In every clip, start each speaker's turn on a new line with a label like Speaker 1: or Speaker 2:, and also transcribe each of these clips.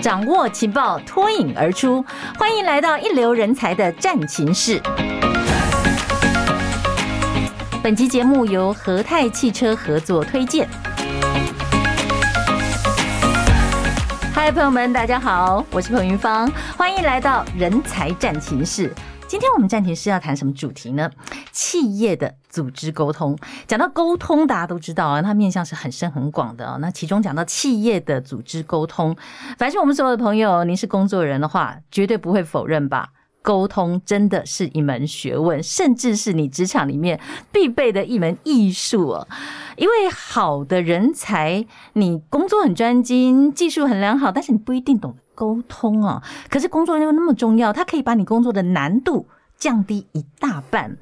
Speaker 1: 掌握情报，脱颖而出。欢迎来到一流人才的战情室。本集节目由和泰汽车合作推荐。嗨，朋友们，大家好，我是彭云芳，欢迎来到人才战情室。今天我们战情室要谈什么主题呢？企业的组织沟通。讲到沟通，大家都知道啊，它面向是很深很广的哦。那其中讲到企业的组织沟通，凡是我们所有的朋友，您是工作人的话，绝对不会否认吧？沟通真的是一门学问，甚至是你职场里面必备的一门艺术哦。因为好的人才，你工作很专精，技术很良好，但是你不一定懂得沟通哦。可是工作又那么重要，它可以把你工作的难度降低一大半。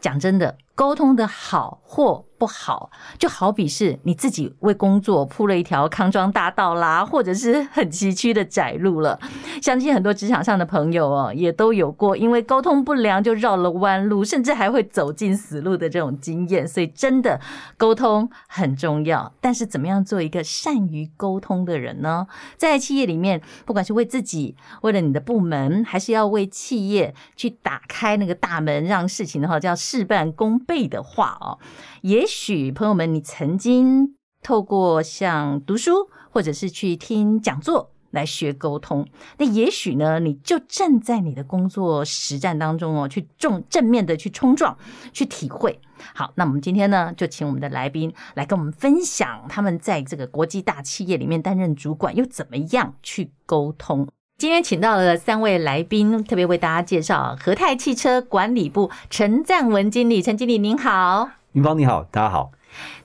Speaker 1: 讲真的，沟通的好或不好，就好比是你自己为工作铺了一条康庄大道啦，或者是很崎岖的窄路了。相信很多职场上的朋友哦，也都有过因为沟通不良就绕了弯路，甚至还会走进死路的这种经验。所以真的沟通很重要，但是怎么样做一个善于沟通的人呢？在企业里面，不管是为自己、为了你的部门，还是要为企业去打开那个大门，让事情的话叫事半功倍的话哦。也许朋友们，你曾经透过像读书，或者是去听讲座。来学沟通，那也许呢，你就正在你的工作实战当中哦，去正正面的去冲撞，去体会。好，那我们今天呢，就请我们的来宾来跟我们分享他们在这个国际大企业里面担任主管又怎么样去沟通。今天请到了三位来宾，特别为大家介绍啊和泰汽车管理部陈赞文经理。陈经理您好，
Speaker 2: 云芳你好，大家好。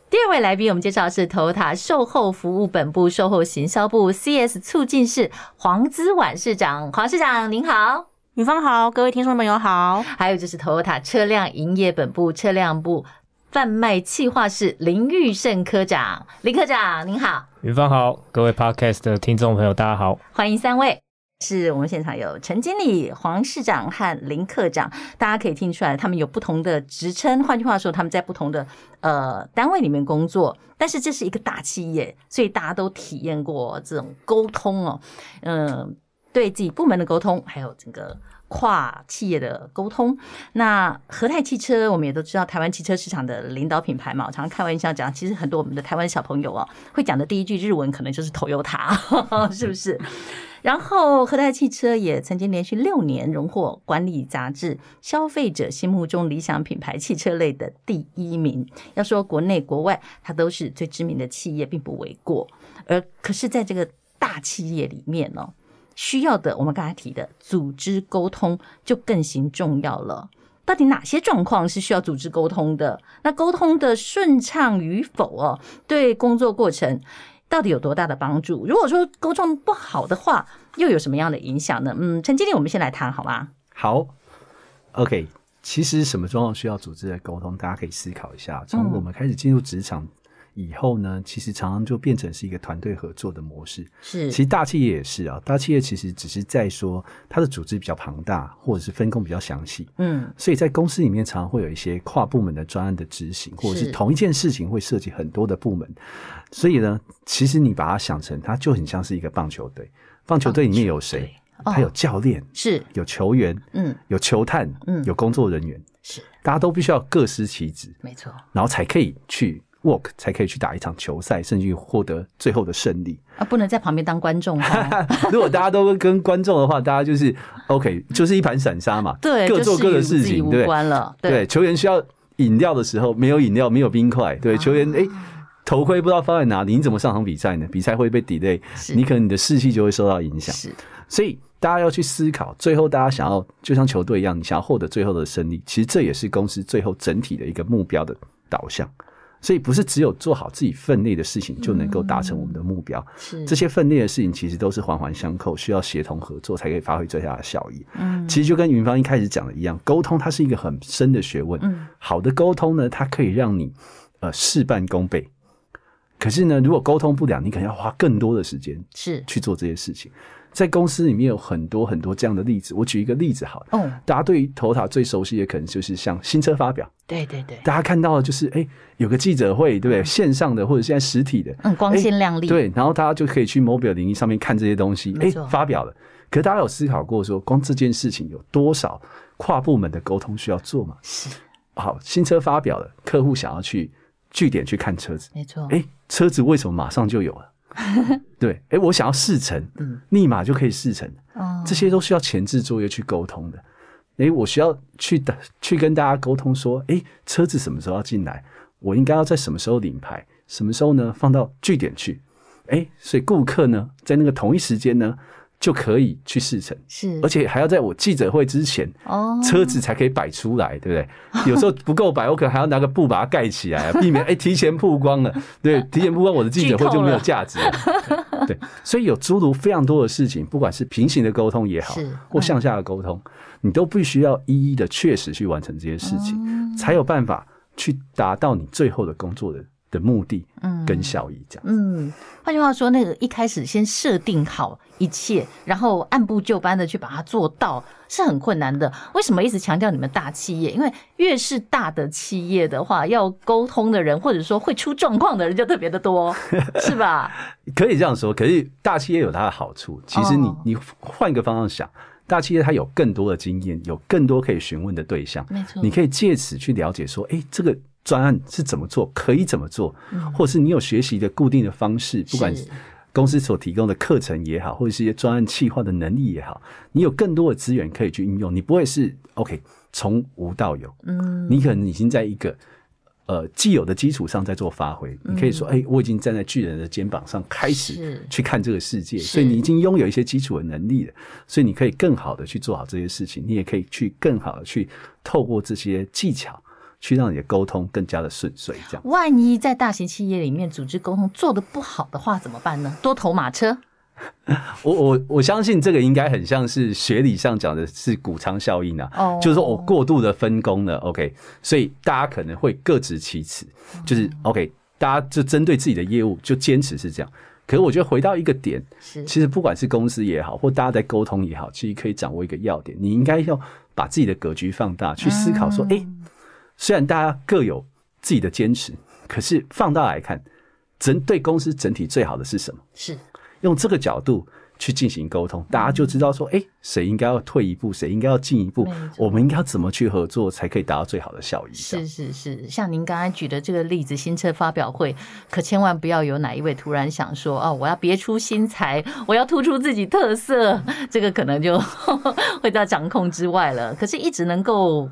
Speaker 1: 第二位来宾，我们介绍的是头塔售后服务本部售后行销部 CS 促进室黄资婉市长，黄市长您好。
Speaker 3: 女方好，各位听众朋友好。
Speaker 1: 还有就是头塔车辆营业本部车辆部贩卖企划室林玉胜科长，林科长您好，
Speaker 4: 云芳好，各位 Podcast 的听众朋友，大家好。
Speaker 1: 欢迎三位。是我们现场有陈经理、黄市长和林科长，大家可以听出来，他们有不同的职称。换句话说，他们在不同的呃单位里面工作，但是这是一个大企业，所以大家都体验过这种沟通哦，嗯、对自己部门的沟通，还有整个跨企业的沟通。那和泰汽车，我们也都知道台湾汽车市场的领导品牌嘛。我常常开玩笑讲，其实很多我们的台湾小朋友哦，会讲的第一句日文可能就是 Toyota，是 不是？然后和泰汽车也曾经连续六年荣获《管理杂志》消费者心目中理想品牌汽车类的第一名。要说国内国外，它都是最知名的企业，并不为过。而可是，在这个大企业里面呢、需要的我们刚才提的组织沟通就更行重要了。到底哪些状况是需要组织沟通的？那沟通的顺畅与否哦，对工作过程到底有多大的帮助？如果说沟通不好的话，又有什么样的影响呢？嗯，陈经理，我们先来谈好吗？
Speaker 2: 好，OK。其实什么状况需要组织的沟通，大家可以思考一
Speaker 4: 嗯
Speaker 2: 下。从我们开始进入职场以后呢，其实常常就变成是一个团队合作的模式。
Speaker 1: 是
Speaker 2: 其实大企业也是啊，大企业其实只是在说它的组织比较庞大，或者是分工比较详细，
Speaker 1: 嗯，
Speaker 2: 所以在公司里面常常会有一些跨部门的专案的执行，或者
Speaker 1: 是
Speaker 2: 是同一件事情会涉及很多的部门。所以呢，其实你把它想成，它就很像是一个棒球队。棒球队里面有谁？
Speaker 1: 哦
Speaker 2: 它有教练，
Speaker 1: 是，
Speaker 2: 有球员，
Speaker 1: 嗯，
Speaker 2: 有球探，
Speaker 1: 嗯
Speaker 2: 有工作人员，
Speaker 1: 是嗯
Speaker 2: 大家都必须要各司其职，
Speaker 1: 没错。
Speaker 2: 然后才可以去 work，才可以去打一场球赛，甚至于获得最后的胜 利。
Speaker 1: 啊，不能在旁边当观众 哦。
Speaker 2: 如果大家都跟观众的话，大家就是 OK，就是一盘散沙嘛，
Speaker 1: 对，
Speaker 2: 各做
Speaker 1: 就
Speaker 2: 各
Speaker 1: 是与
Speaker 2: 的事
Speaker 1: 自己
Speaker 2: 情，
Speaker 1: 无
Speaker 2: 对
Speaker 1: 关了。
Speaker 2: 对，球员需要饮料的时候没有饮料，没有冰块，对，球员诶，头盔不知道放在哪里，你怎么上场比赛呢？比赛会被 delay，
Speaker 1: 是
Speaker 2: 你可能你的士气就会受到影响。
Speaker 1: 是
Speaker 2: 所以大家要去思考，最后大家想要就像球队一样，你想要获得最后的胜利，其实这也是公司最后整体的一个目标的导向。所以不是只有做好自己分内的事情就能够达成我们的目标，
Speaker 1: 是
Speaker 2: 这些分内的事情其实都是环环相扣，需要协同合作才可以发挥最大的效益。
Speaker 1: 嗯
Speaker 2: 其实就跟云芳一开始讲的一样，沟通它是一个很深的学问。
Speaker 1: 嗯
Speaker 2: 好的沟通呢，它可以让你呃事半功倍。可是呢，如果沟通不良，你可能要花更多的时间
Speaker 1: 是
Speaker 2: 去做这些事情。在公司里面有很多很多这样的例子。我举一个例子好了，
Speaker 1: 哦，
Speaker 2: 大家对于头塔最熟悉的可能就是像新车发表，
Speaker 1: 对对对，
Speaker 2: 大家看到的就是哎、有个记者会，对不对？线上的或者现在实体的，
Speaker 1: 嗯，光鲜亮丽，
Speaker 2: 对，然后大家就可以去 mobile 领域上面看这些东西，哎、
Speaker 1: 没错
Speaker 2: 发表了。可是大家有思考过说，光这件事情有多少跨部门的沟通需要做吗？
Speaker 1: 是
Speaker 2: 好，新车发表了，客户想要去据点去看车子，
Speaker 1: 没错，
Speaker 2: 哎、车子为什么马上就 有了？对，哎、我想要试乘，
Speaker 1: 嗯
Speaker 2: 立马就可以试乘，
Speaker 1: 哦
Speaker 2: 这些都需要前置作业去沟通的。哎、我需要去打去跟大家沟通说，哎、车子什么时候要进来？我应该要在什么时候领牌？什么时候呢？放到据点去。哎、所以顾客呢，在那个同一时间呢，就可以去试乘，
Speaker 1: 是，
Speaker 2: 而且还要在我记者会之前，
Speaker 1: 哦，
Speaker 2: 车子才可以摆出来，对不对？有时候不够摆，我可能还要拿个布把它盖 起来，避免哎、提前曝光了。对，提前曝光我的记者会就没有价值了。对，所以有诸如非常多的事情，不管是平行的沟通也好
Speaker 1: 是嗯，
Speaker 2: 或向下的沟通，你都必须要一一的确实去完成这些事情，
Speaker 1: 嗯
Speaker 2: 才有办法去达到你最后的工作的的目的跟效益。这样，
Speaker 1: 嗯，换句话说，那个一开始先设定好一切，然后按部就班的去把它做到，是很困难的。为什么一直强调你们大企业？因为越是大的企业的话，要沟通的人，或者说会出状况的人就特别的 多，是吧？
Speaker 2: 可以这样说，可是大企业有它的好处。其实你
Speaker 1: 哦
Speaker 2: 你换个方向想，大企业它有更多的经验，有更多可以询问的对象。
Speaker 1: 没错
Speaker 2: 你可以借此去了解说，哎、这个专案是怎么做，可以怎么做，或是你有学习的固定的方式，不管
Speaker 1: 是
Speaker 2: 是公司所提供的课程也好，或者是一些专案企划的能力也好，你有更多的资源可以去应用，你不会是 OK 从无到有，
Speaker 1: 嗯，
Speaker 2: 你可能已经在一个。呃，既有的基础上在做发挥，你可以说，哎、我已经站在巨人的肩膀上，开始
Speaker 1: 嗯是
Speaker 2: 去看这个世界，
Speaker 1: 是
Speaker 2: 所以你已经拥有一些基础的能力了，所以你可以更好的去做好这些事情，你也可以去更好的去透过这些技巧，去让你的沟通更加的顺遂，这样。
Speaker 1: 万一在大型企业里面组织沟通做的不好的话，怎么办呢？多头马车，
Speaker 2: 我我我相信这个应该很像是学理上讲的是谷仓效应啊，
Speaker 1: 哦
Speaker 2: 就是说我过度的分工了，OK，所以大家可能会各执其词，就是 OK，大家就针对自己的业务就坚持是这样。可是我觉得回到一个点，
Speaker 1: 是
Speaker 2: 其实不管是公司也好，或大家在沟通也好，其实可以掌握一个要点，你应该要把自己的格局放大，去思考说，哎、虽然大家各有自己的坚持，可是放大来看，整对公司整体最好的是什么？
Speaker 1: 是
Speaker 2: 用这个角度去进行沟通，大家就知道说，哎、谁应该要退一步，谁应该要进一步
Speaker 1: 嗯没错，
Speaker 2: 我们应该要怎么去合作，才可以达到最好的效益。这样
Speaker 1: 是是是，像您刚才举的这个例子，新车发表会，可千万不要有哪一位突然想说，哦，我要别出心裁，我要突出自己特色， 这个可能就会在掌控之外了。可是，一直能够。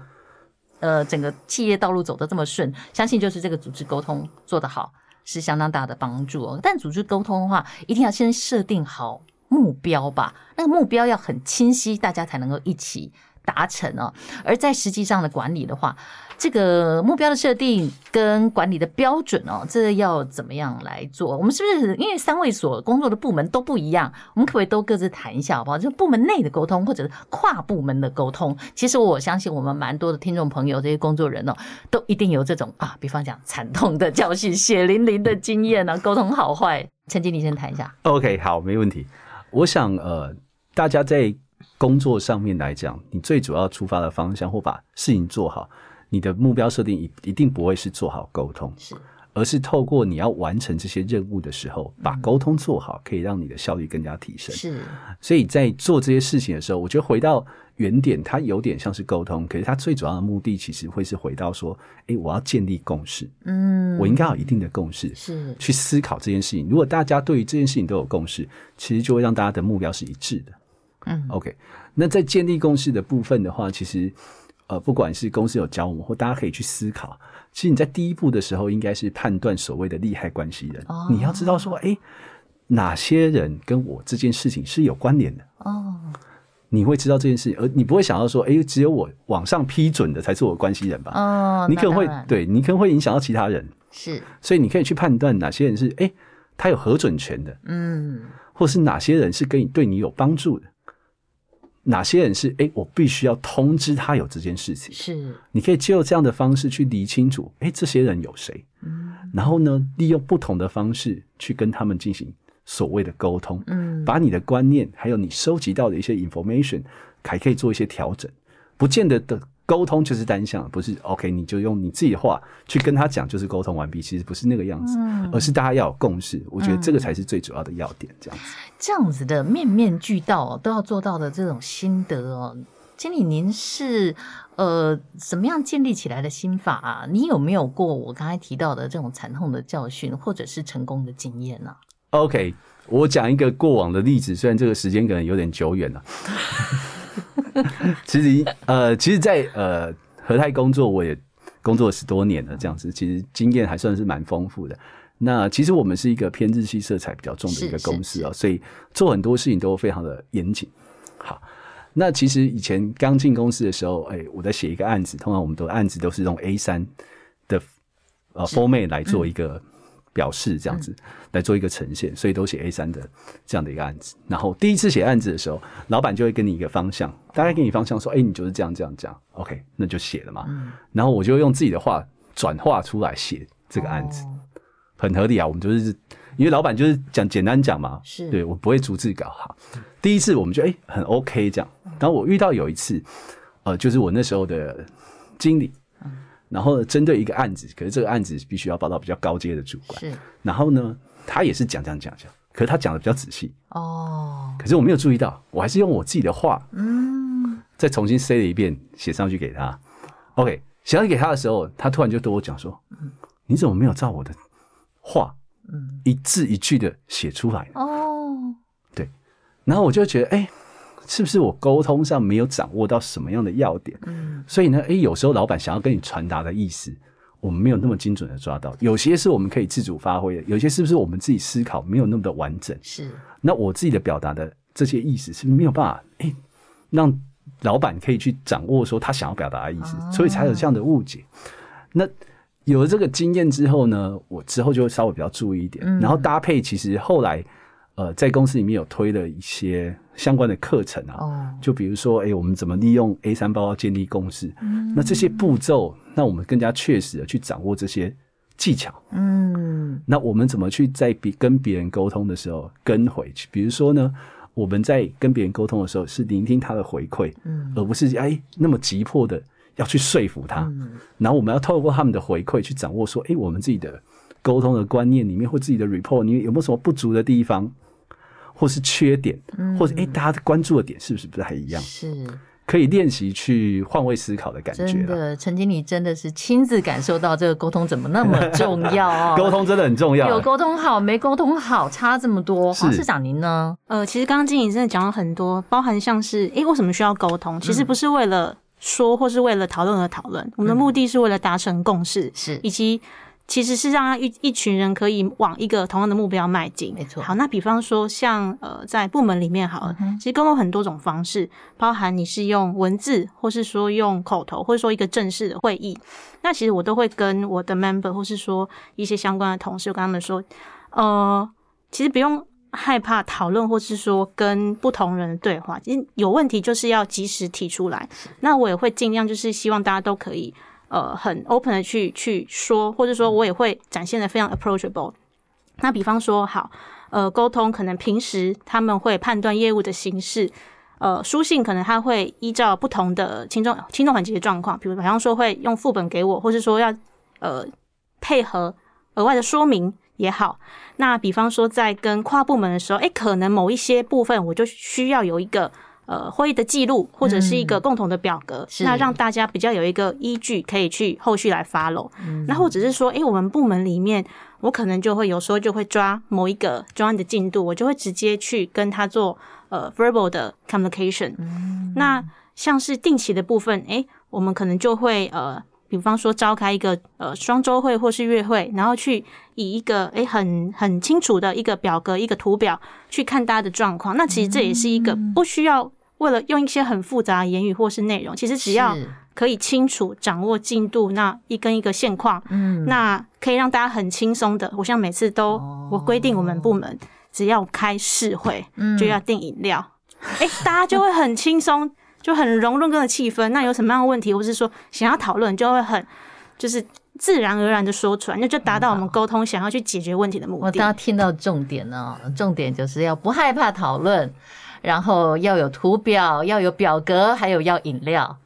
Speaker 1: 呃，整个企业道路走得这么顺，相信就是这个组织沟通做得好是相当大的帮助哦。但组织沟通的话，一定要先设定好目标吧，那个目标要很清晰，大家才能够一起达成哦。而在实际上的管理的话，这个目标的设定跟管理的标准哦，这要怎么样来做？我们是不是嗯因为三位所工作的部门都不一样，我们可不可以都各自谈一下，好不好？就是部门内的沟通，或者是跨部门的沟通。其实我相信我们蛮多的听众朋友，这些工作人哦，都一定有这种啊，比方讲惨痛的教训、血淋淋的经验呢、啊，沟通好坏。 陈经理先谈一下，
Speaker 2: OK，好，没问题。我想，呃，大家在工作上面来讲，你最主要出发的方向或把事情做好，你的目标设定一一定不会是做好沟通，
Speaker 1: 是
Speaker 2: 而是透过你要完成这些任务的时候，把
Speaker 1: 嗯
Speaker 2: 沟通做好，可以让你的效率更加提升。
Speaker 1: 是，
Speaker 2: 所以在做这些事情的时候，我觉得回到原点，它有点像是沟通，可是它最主要的目的其实会是回到说，诶，我要建立共识，
Speaker 1: 嗯，
Speaker 2: 我应该有一定的共识，
Speaker 1: 是
Speaker 2: 去思考这件事情。如果大家对于这件事情都有共识，其实就会让大家的目标是一致的。
Speaker 1: 嗯
Speaker 2: ，OK。那在建立共识的部分的话，其实呃，不管是公司有教我们，或大家可以去思考。其实你在第一步的时候，应该是判断所谓的利害关系人，
Speaker 1: 哦
Speaker 2: 你要知道说，诶，哪些人跟我这件事情是有关联的。
Speaker 1: 哦，
Speaker 2: 你会知道这件事情，而你不会想到说，诶，只有我往上批准的才是我的关系人吧？
Speaker 1: 哦，
Speaker 2: 你可能
Speaker 1: 那当
Speaker 2: 会
Speaker 1: 然
Speaker 2: 对，你可能会影响到其他人。
Speaker 1: 是，
Speaker 2: 所以你可以去判断哪些人是哎、诶他有核准权的，
Speaker 1: 嗯。
Speaker 2: 或是哪些人是跟你对你有帮助的，哪些人是哎、诶我必须要通知他有这件事情。
Speaker 1: 是，
Speaker 2: 你可以借由这样的方式去理清楚，哎、这些人有谁，然后呢，利用不同的方式去跟他们进行所谓的沟通，
Speaker 1: 嗯，
Speaker 2: 把你的观念还有你收集到的一些 information，还可以做一些调整，不见得的。沟通就是单向，不是 OK，你就用你自己的话去跟他讲，就是沟通完毕。其实不是那个样子，而是大家要有共识。我觉得这个才是最主要的要点。这样子，
Speaker 1: 这样子的面面俱到、哦、都要做到的这种心得哦，经理您是呃怎么样建立起来的心法啊？你有没有过我刚才提到的这种惨痛的教训，或者是成功的经验呢、
Speaker 2: OK，我讲一个过往的例子，虽然这个时间可能有点久远了。 其实，呃，其实在，呃和泰工作，我也工作了十多年了，这样子，其实经验还算是蛮丰富的。那其实我们是一个偏日系色彩比较重的一个
Speaker 1: 是
Speaker 2: 公司哦，所以做很多事情都非常的严谨。好，那其实以前刚进公司的时候，哎、我在写一个案子，通常我们的案子都是用 A 三的呃 format 来做一个表示，这样子、来做一个呈现，所以都写 A 三的这样的一个案子。然后第一次写案子的时候，老板就会给你一个方向，大概给你方向说，哎、你就是这样这样这样，OK，那就写了嘛。然后我就用自己的话转化出来写这个案子，
Speaker 1: 哦
Speaker 2: 很合理啊。我们就是因为老板就是讲简单讲嘛，
Speaker 1: 是
Speaker 2: 对我不会逐字稿哈。第一次我们就哎、很 OK 这样，然后我遇到有一次，呃，就是我那时候的经理，然后呢针对一个案子，可是这个案子必须要报到比较高阶的主管，
Speaker 1: 是
Speaker 2: 然后呢，他也是讲讲讲讲，可是他讲的比较仔细，
Speaker 1: 哦，
Speaker 2: 可是我没有注意到，我还是用我自己的话
Speaker 1: 嗯，
Speaker 2: 再重新塞了一遍写上去给他。OK，写上去给他的时候，他突然就对我讲说：“你怎么没有照我的话，
Speaker 1: 嗯
Speaker 2: 一字一句的写出来呢？”
Speaker 1: 哦，
Speaker 2: 然后我就觉得，哎、是不是我沟通上没有掌握到什么样的要点？
Speaker 1: 嗯
Speaker 2: 所以呢，哎、有时候老板想要跟你传达的意思，我们没有那么精准的抓到。有些是我们可以自主发挥的，有些是不是我们自己思考没有那么的完整？
Speaker 1: 是
Speaker 2: 那我自己的表达的这些意思，是不是没有办法，哎、让老板可以去掌握说他想要表达的意思，
Speaker 1: 啊
Speaker 2: 所以才有这样的误解。那有了这个经验之后呢，我之后就会稍微比较注意一点，
Speaker 1: 嗯
Speaker 2: 然后搭配其实后来，呃，在公司里面有推了一些相关的课程啊，
Speaker 1: 哦，
Speaker 2: 就比如说，哎、我们怎么利用 A 三报告建立共识？
Speaker 1: 嗯
Speaker 2: 那这些步骤，那我们更加确实的去掌握这些技巧。
Speaker 1: 嗯
Speaker 2: 那我们怎么去在比跟别人沟通的时候跟回去？比如说呢，我们在跟别人沟通的时候是聆听他的回馈，
Speaker 1: 嗯
Speaker 2: 而不是哎那么急迫的要去说服他。
Speaker 1: 嗯
Speaker 2: 然后我们要透过他们的回馈去掌握说，哎，我们自己的沟通的观念里面或自己的 report 里面有没有什么不足的地方，或是缺点，
Speaker 1: 嗯
Speaker 2: 或者哎大家关注的点是不是不太一样？
Speaker 1: 是。
Speaker 2: 可以练习去换位思考的感觉
Speaker 1: 真
Speaker 2: 啦。
Speaker 1: 的，陈经理真的是亲自感受到这个沟通怎么那么重要哦。
Speaker 2: 沟通真的很重要。啊
Speaker 1: 有沟通好，没沟通好，差这么多。
Speaker 2: 是
Speaker 1: 黄市长您呢？
Speaker 3: 呃，其实刚刚经理真的讲了很多，包含像是诶、为什么需要沟通？其实不是为了说或是为了讨论而讨论，我们的目的是为了达成共识，
Speaker 1: 是
Speaker 3: 以及其实是让一一群人可以往一个同样的目标迈进。
Speaker 1: 没错嗯
Speaker 3: 好，那比方说像呃，在部门里面好了，其实沟通很多种方式，包含你是用文字，或是说用口头，或者说一个正式的会议。那其实我都会跟我的 member，或是说一些相关的同事，我跟他们说，呃，其实不用害怕讨论，或是说跟不同人的对话，其实有问题就是要及时提出来。那我也会尽量就是希望大家都可以呃很 open 的去去说，或者说我也会展现的非常 approachable。那比方说，好，呃，沟通可能平时他们会判断业务的形式，呃，书信可能他会依照不同的轻重轻重缓急的状况，比如比方说会用副本给我，或是说要呃配合额外的说明也好。那比方说在跟跨部门的时候，诶，可能某一些部分我就需要有一个呃会议的记录，或者是一个共同的表格，
Speaker 1: 是
Speaker 3: 那让大家比较有一个依据可以去后续来 follow。那或者是说，诶，我们部门里面，我可能就会有时候就会抓某一个专案的进度，我就会直接去跟他做呃 verbal 的 communication。那像是定期的部分，诶，我们可能就会呃，比方说召开一个呃双周会或是月会，然后去以一个诶很很清楚的一个表格、一个图表去看大家的状况。那其实这也是一个
Speaker 1: 嗯
Speaker 3: 不需要为了用一些很复杂的言语或是内容，其实只要
Speaker 1: 是
Speaker 3: 可以清楚掌握进度，那一跟一个现况，
Speaker 1: 嗯，
Speaker 3: 那可以让大家很轻松的。我像每次都，
Speaker 1: 哦
Speaker 3: 我规定我们部门只要开市会就
Speaker 1: 嗯
Speaker 3: 要订饮料，哎、大家就会很轻松，就很融入这个气氛。那有什么样的问题，或是说想要讨论，就会很就是自然而然的说出来，那就达到我们沟通想要去解决问题的目
Speaker 1: 我大家
Speaker 3: 的。
Speaker 1: 听到重点呢、重点就是要不害怕讨论，然后要有图表，要有表格，还有要饮料。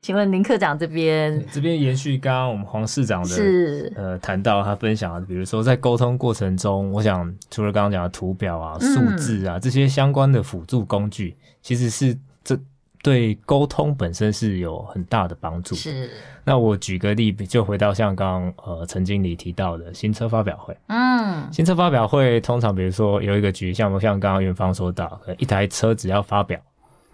Speaker 1: 请问林科长这边
Speaker 4: 这边延续刚刚我们黄市长的
Speaker 1: 是
Speaker 4: 呃，谈到他分享的，比如说在沟通过程中，我想除了刚刚讲的图表啊、
Speaker 1: 嗯
Speaker 4: 数字啊、这些相关的辅助工具，其实是这对沟通本身是有很大的帮助。
Speaker 1: 是，
Speaker 4: 那我举个例，就回到像刚刚呃陈经理提到的新车发表会，
Speaker 1: 嗯，
Speaker 4: 新车发表会通常比如说有一个局，像像刚刚元芳说到，可能一台车只要发表。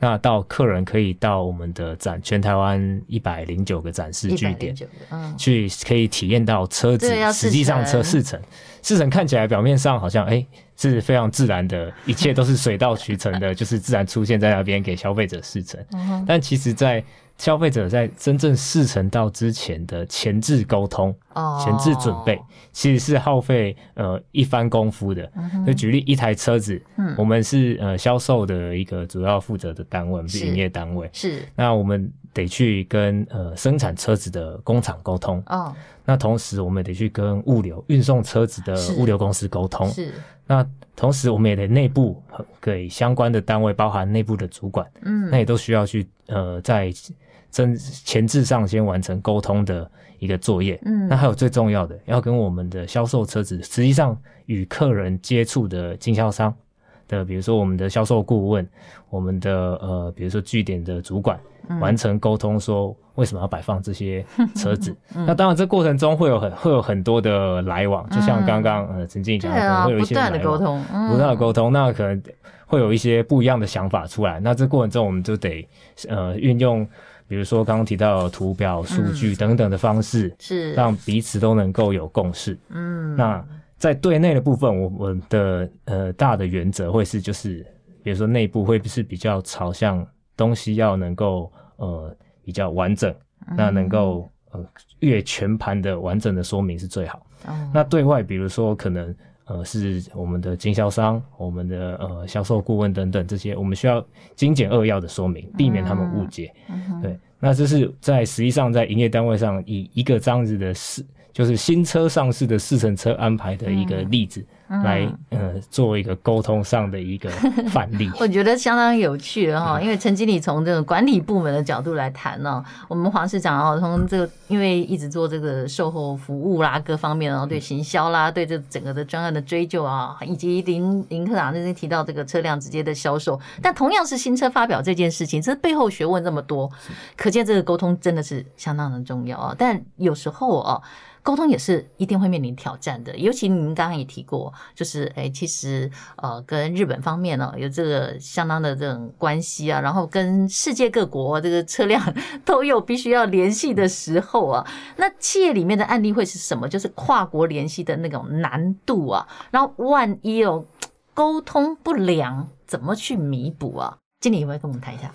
Speaker 4: 那到客人可以到我们的展，全台湾一百零九个展示
Speaker 1: 一
Speaker 4: 据
Speaker 1: 百
Speaker 4: 点
Speaker 1: 零，九个，嗯，
Speaker 4: 去可以体验到车子
Speaker 1: 对要试
Speaker 4: 实际上车
Speaker 1: 乘
Speaker 4: 试乘，试乘看起来表面上好像哎、诶是非常自然的，一切都是水到渠成 的，就是自然出现在那边给消费者试乘。
Speaker 1: 嗯哼
Speaker 4: 但其实，在消费者在真正试乘到之前的前置沟通、
Speaker 1: 哦
Speaker 4: 前置准备，其实是耗费呃一番功夫的。就举例一台车子，
Speaker 1: 嗯
Speaker 4: 我们是呃销售的一个主要负责的单位，我们是
Speaker 1: 是
Speaker 4: 营业单位。
Speaker 1: 是
Speaker 4: 那我们得去跟呃生产车子的工厂沟通，
Speaker 1: 哦，
Speaker 4: 那同时我们得去跟物流运送车子的
Speaker 1: 是
Speaker 4: 物流公司沟通。
Speaker 1: 是，
Speaker 4: 那同时我们也得内部呃给相关的单位，包含内部的主管，
Speaker 1: 嗯
Speaker 4: 那，也都需要去呃在真前置上先完成沟通的一个作业。
Speaker 1: 嗯
Speaker 4: 那还有最重要的，要跟我们的销售车子实际上与客人接触的经销商的，比如说我们的销售顾问，我们的呃比如说据点的主管，
Speaker 1: 嗯
Speaker 4: 完成沟通，说为什么要摆放这些车子。
Speaker 1: 嗯
Speaker 4: 那当然，这过程中会有很会有很多的来往，就像刚刚呃陈经理
Speaker 1: 对
Speaker 4: 讲的，可能
Speaker 1: 啊，
Speaker 4: 会有一
Speaker 1: 不
Speaker 4: 些
Speaker 1: 断的
Speaker 4: 来
Speaker 1: 沟
Speaker 4: 往
Speaker 1: 通，嗯
Speaker 4: 不
Speaker 1: 不
Speaker 4: 断的沟通，那可能会有一些不一样的想法出来。那这过程中，我们就得呃运用，比如说刚刚提到的图表、数
Speaker 1: 嗯
Speaker 4: 据等等的方式，
Speaker 1: 是，
Speaker 4: 让彼此都能够有共识。
Speaker 1: 嗯，
Speaker 4: 那在对内的部分，我我的呃大的原则会是就是，比如说内部会是比较朝向东西要能够呃比较完整，
Speaker 1: 嗯
Speaker 4: 那能够呃越全盘的完整的说明是最好。
Speaker 1: 哦
Speaker 4: 那对外，比如说可能呃是我们的经销商、我们的呃销售顾问等等这些，我们需要精简扼要的说明，避免他们误解。
Speaker 1: 嗯
Speaker 4: 对，那这是在实际上在营业单位上以一个这样子的试，就是新车上市的试乘车安排的一
Speaker 1: 嗯
Speaker 4: 个例子。来，呃，做一个沟通上的一个 范例。
Speaker 1: 我觉得相当有趣哈、因为陈经理从这个管理部门的角度来谈呢、我们黄市长哦，从这个因为一直做这个售后服务啦，各方面哦，对行销啦，对这整个的专案的追究啊，以及林林科长那边提到这个车辆直接的销售，但同样是新车发表这件事情，这背后学问这么多，可见这个沟通真的是相当的重要啊、但有时候哦、沟通也是一定会面临挑战的，尤其您刚刚也提过，就是哎，其实呃，跟日本方面呢、有这个相当的这种关系啊，然后跟世界各国这个车辆 都有必须要联系的时候啊，那企业里面的案例会是什么？就是跨国联系的那种难度啊，然后万一哦沟通不良，怎么去弥补啊？经理有没有跟我们谈一下？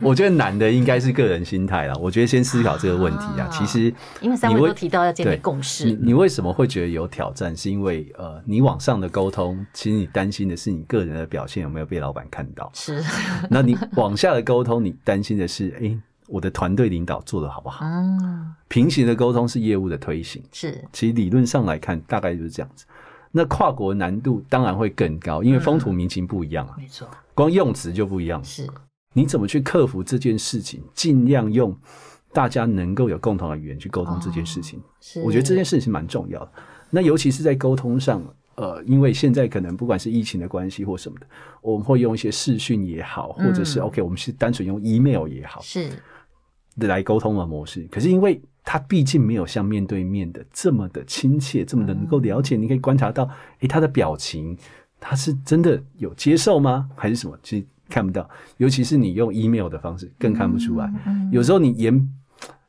Speaker 2: 我觉得难的应该是个人心态啦。我觉得先思考这个问题啊
Speaker 1: 啊，
Speaker 2: 其实
Speaker 1: 因为三位
Speaker 2: 你会
Speaker 1: 都提到要建立
Speaker 2: 对
Speaker 1: 共
Speaker 2: 你
Speaker 1: 识，。
Speaker 2: 你为什么会觉得有挑战？是因为呃，你往上的沟通，其实你担心的是你个人的表现有没有被老板看到
Speaker 1: 是，
Speaker 2: 那你往下的沟通，你担心的是，诶，我的团队领导做的好不好？
Speaker 1: 嗯，
Speaker 2: 平行的沟通是业务的推行，
Speaker 1: 是，
Speaker 2: 其实理论上来看，大概就是这样子。那跨国难度当然会更高，因为风土民情不一样啊，
Speaker 1: 没错，
Speaker 2: 光用词就不一样了。
Speaker 1: 是。
Speaker 2: 你怎么去克服这件事情？尽量用大家能够有共同的语言去沟通这件事情。
Speaker 1: 是
Speaker 2: 我觉得这件事情是蛮重要的。那尤其是在沟通上，呃，因为现在可能不管是疫情的关系或什么的，我们会用一些视讯也好，或者是、
Speaker 1: 嗯
Speaker 2: OK，我们是单纯用 email 也好
Speaker 1: 是
Speaker 2: 来沟通的模式。可是因为它毕竟没有像面对面的这么的亲切，这么的能够了解，你可以观察到，诶，他的表情，他是真的有接受吗？还是什么？其实看不到，尤其是你用 email 的方式，更看不出来。嗯有时候你言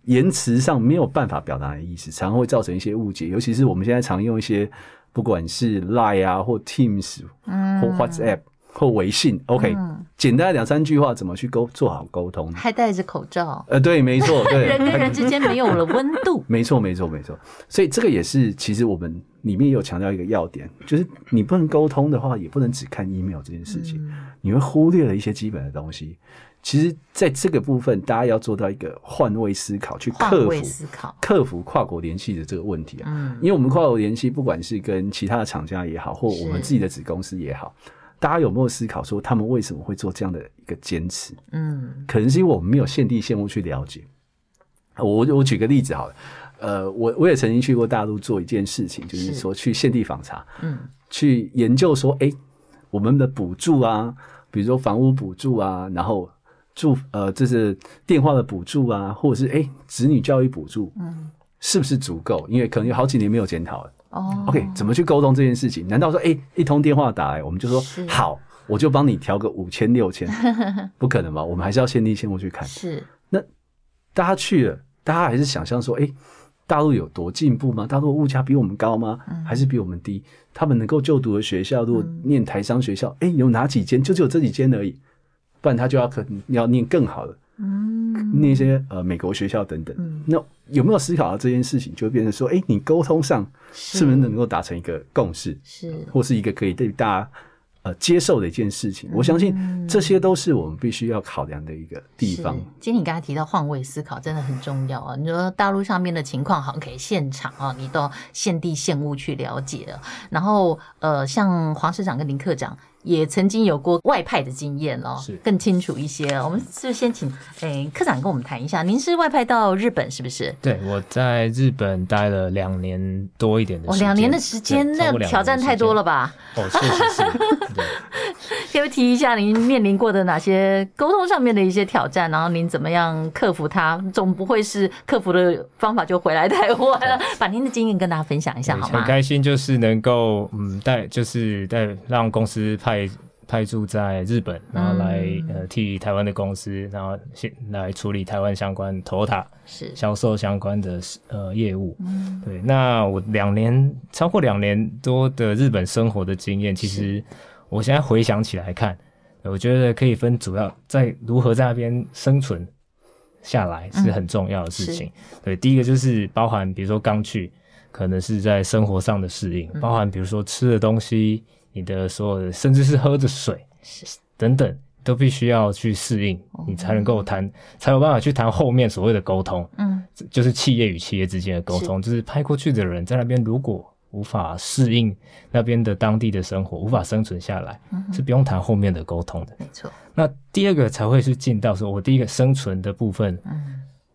Speaker 2: 言辞上没有办法表达的意思，常常会造成一些误解。尤其是我们现在常用一些，不管是 Line 啊，或 Teams，或 WhatsApp，或微信，OK，、简单的两三句话怎么去沟做好沟通？
Speaker 1: 还戴着口罩，
Speaker 2: 呃，对，没错，对，。
Speaker 1: 人跟人之间没有了温度
Speaker 2: 没错，没错，没错。所以这个也是，其实我们里面也有强调一个要点，就是你
Speaker 1: 嗯
Speaker 2: 不能沟通的话，也不能只看 email 这件事情，你会忽略了一些基本的东西。其实在这个部分，大家要做到一个换位思考，去
Speaker 1: 换
Speaker 2: 克
Speaker 1: 位
Speaker 2: 服
Speaker 1: 思考
Speaker 2: 克服跨国联系的这个问题啊。
Speaker 1: 嗯
Speaker 2: 因为我们跨国联系，不管是跟其他的厂家也好，或
Speaker 1: 是
Speaker 2: 我们自己的子公司也好，大家有没有思考说他们为什么会做这样的一个坚持？
Speaker 1: 嗯
Speaker 2: 可能是因为我们没有现地现物去了解。我我举个例子好了，呃，我我也曾经去过大陆做一件事情，就是
Speaker 1: 是
Speaker 2: 说去现地访查，
Speaker 1: 嗯
Speaker 2: 去研究说，哎、我们的补助啊，比如说房屋补助啊，然后住呃，这是电话的补助啊，或者是哎、诶子女教育补助，
Speaker 1: 嗯
Speaker 2: 是不是足够？因为可能有好几年没有检讨了。
Speaker 1: 哦
Speaker 2: OK，怎么去沟通这件事情？难道说，哎、一通电话打来，我们就说
Speaker 1: 是
Speaker 2: 好，我就帮你调个五千 六千？不可能吧？我们还是要先立先物去看。
Speaker 1: 是
Speaker 2: 大家去了，大家还是想象说，哎、大陆有多进步吗？大陆的物价比我们高吗？
Speaker 1: 嗯
Speaker 2: 还是比我们低？他们能够就读的学校，如果念台商学校，哎、有哪几间？就只有这几间而已，不然他就要可要念更好的，
Speaker 1: 嗯
Speaker 2: 念一些呃美国学校等等。
Speaker 1: 嗯
Speaker 2: 那有没有思考到这件事情，就会变成说，哎、你沟通上是不是能够达成一个共识？
Speaker 1: 是
Speaker 2: 或是一个可以对大家呃接受的一件事情。我相信这些都是我们必须要考量的一个地
Speaker 1: 嗯
Speaker 2: 方
Speaker 1: 是。今天你刚才提到换位思考真的很重要啊！你说大陆上面的情况好像可以现场啊，你到现地现物去了解了。然后呃，像黄市长跟林科长也曾经有过外派的经验哦
Speaker 4: 是，
Speaker 1: 更清楚一些了。我们是不是先请诶科长跟我们谈一下？您是外派到日本是不是？
Speaker 4: 对，我在日本待了两年多一点的
Speaker 1: 哦，
Speaker 4: 时间，
Speaker 1: 两年的时间，
Speaker 4: 对超
Speaker 1: 那
Speaker 4: 过两年的
Speaker 1: 挑战太多了
Speaker 4: 时
Speaker 1: 吧？
Speaker 4: 间？哦，确实 是。对，
Speaker 1: 可以提一下您面临过的哪些沟通上面的一些挑战，然后您怎么样克服它？总不会是克服的方法就回来台湾了？把您的经验跟大家分享一下
Speaker 4: 对
Speaker 1: 好
Speaker 4: 很
Speaker 1: 吗？
Speaker 4: 开心，就是能够嗯带，就是带让公司派派驻在日本，然后来、
Speaker 1: 嗯
Speaker 4: 呃替台湾的公司，然后先来处理台湾相关 TOTA
Speaker 1: 是
Speaker 4: 销售相关的呃业务。对，那我两年超过两年多的日本生活的经验，其实我现在回想起来看，我觉得可以分主要在如何在那边生存下来是很重要的事情。对，第一个就是包含比如说刚去，可能是在生活上的适应，包含比如说吃的东西，你的所有的，甚至是喝的水
Speaker 1: 是
Speaker 4: 等等。都必须要去适应，你才能够谈，才有办法去谈后面所谓的沟通。
Speaker 1: 嗯
Speaker 4: 就是企业与企业之间的沟通，就是派过去的人在那边如果无法适应那边的当地的生活，无法生存下来，是不用谈后面的沟通的。
Speaker 1: 没错，
Speaker 4: 那第二个才会是进到说，我第一个生存的部分
Speaker 1: 嗯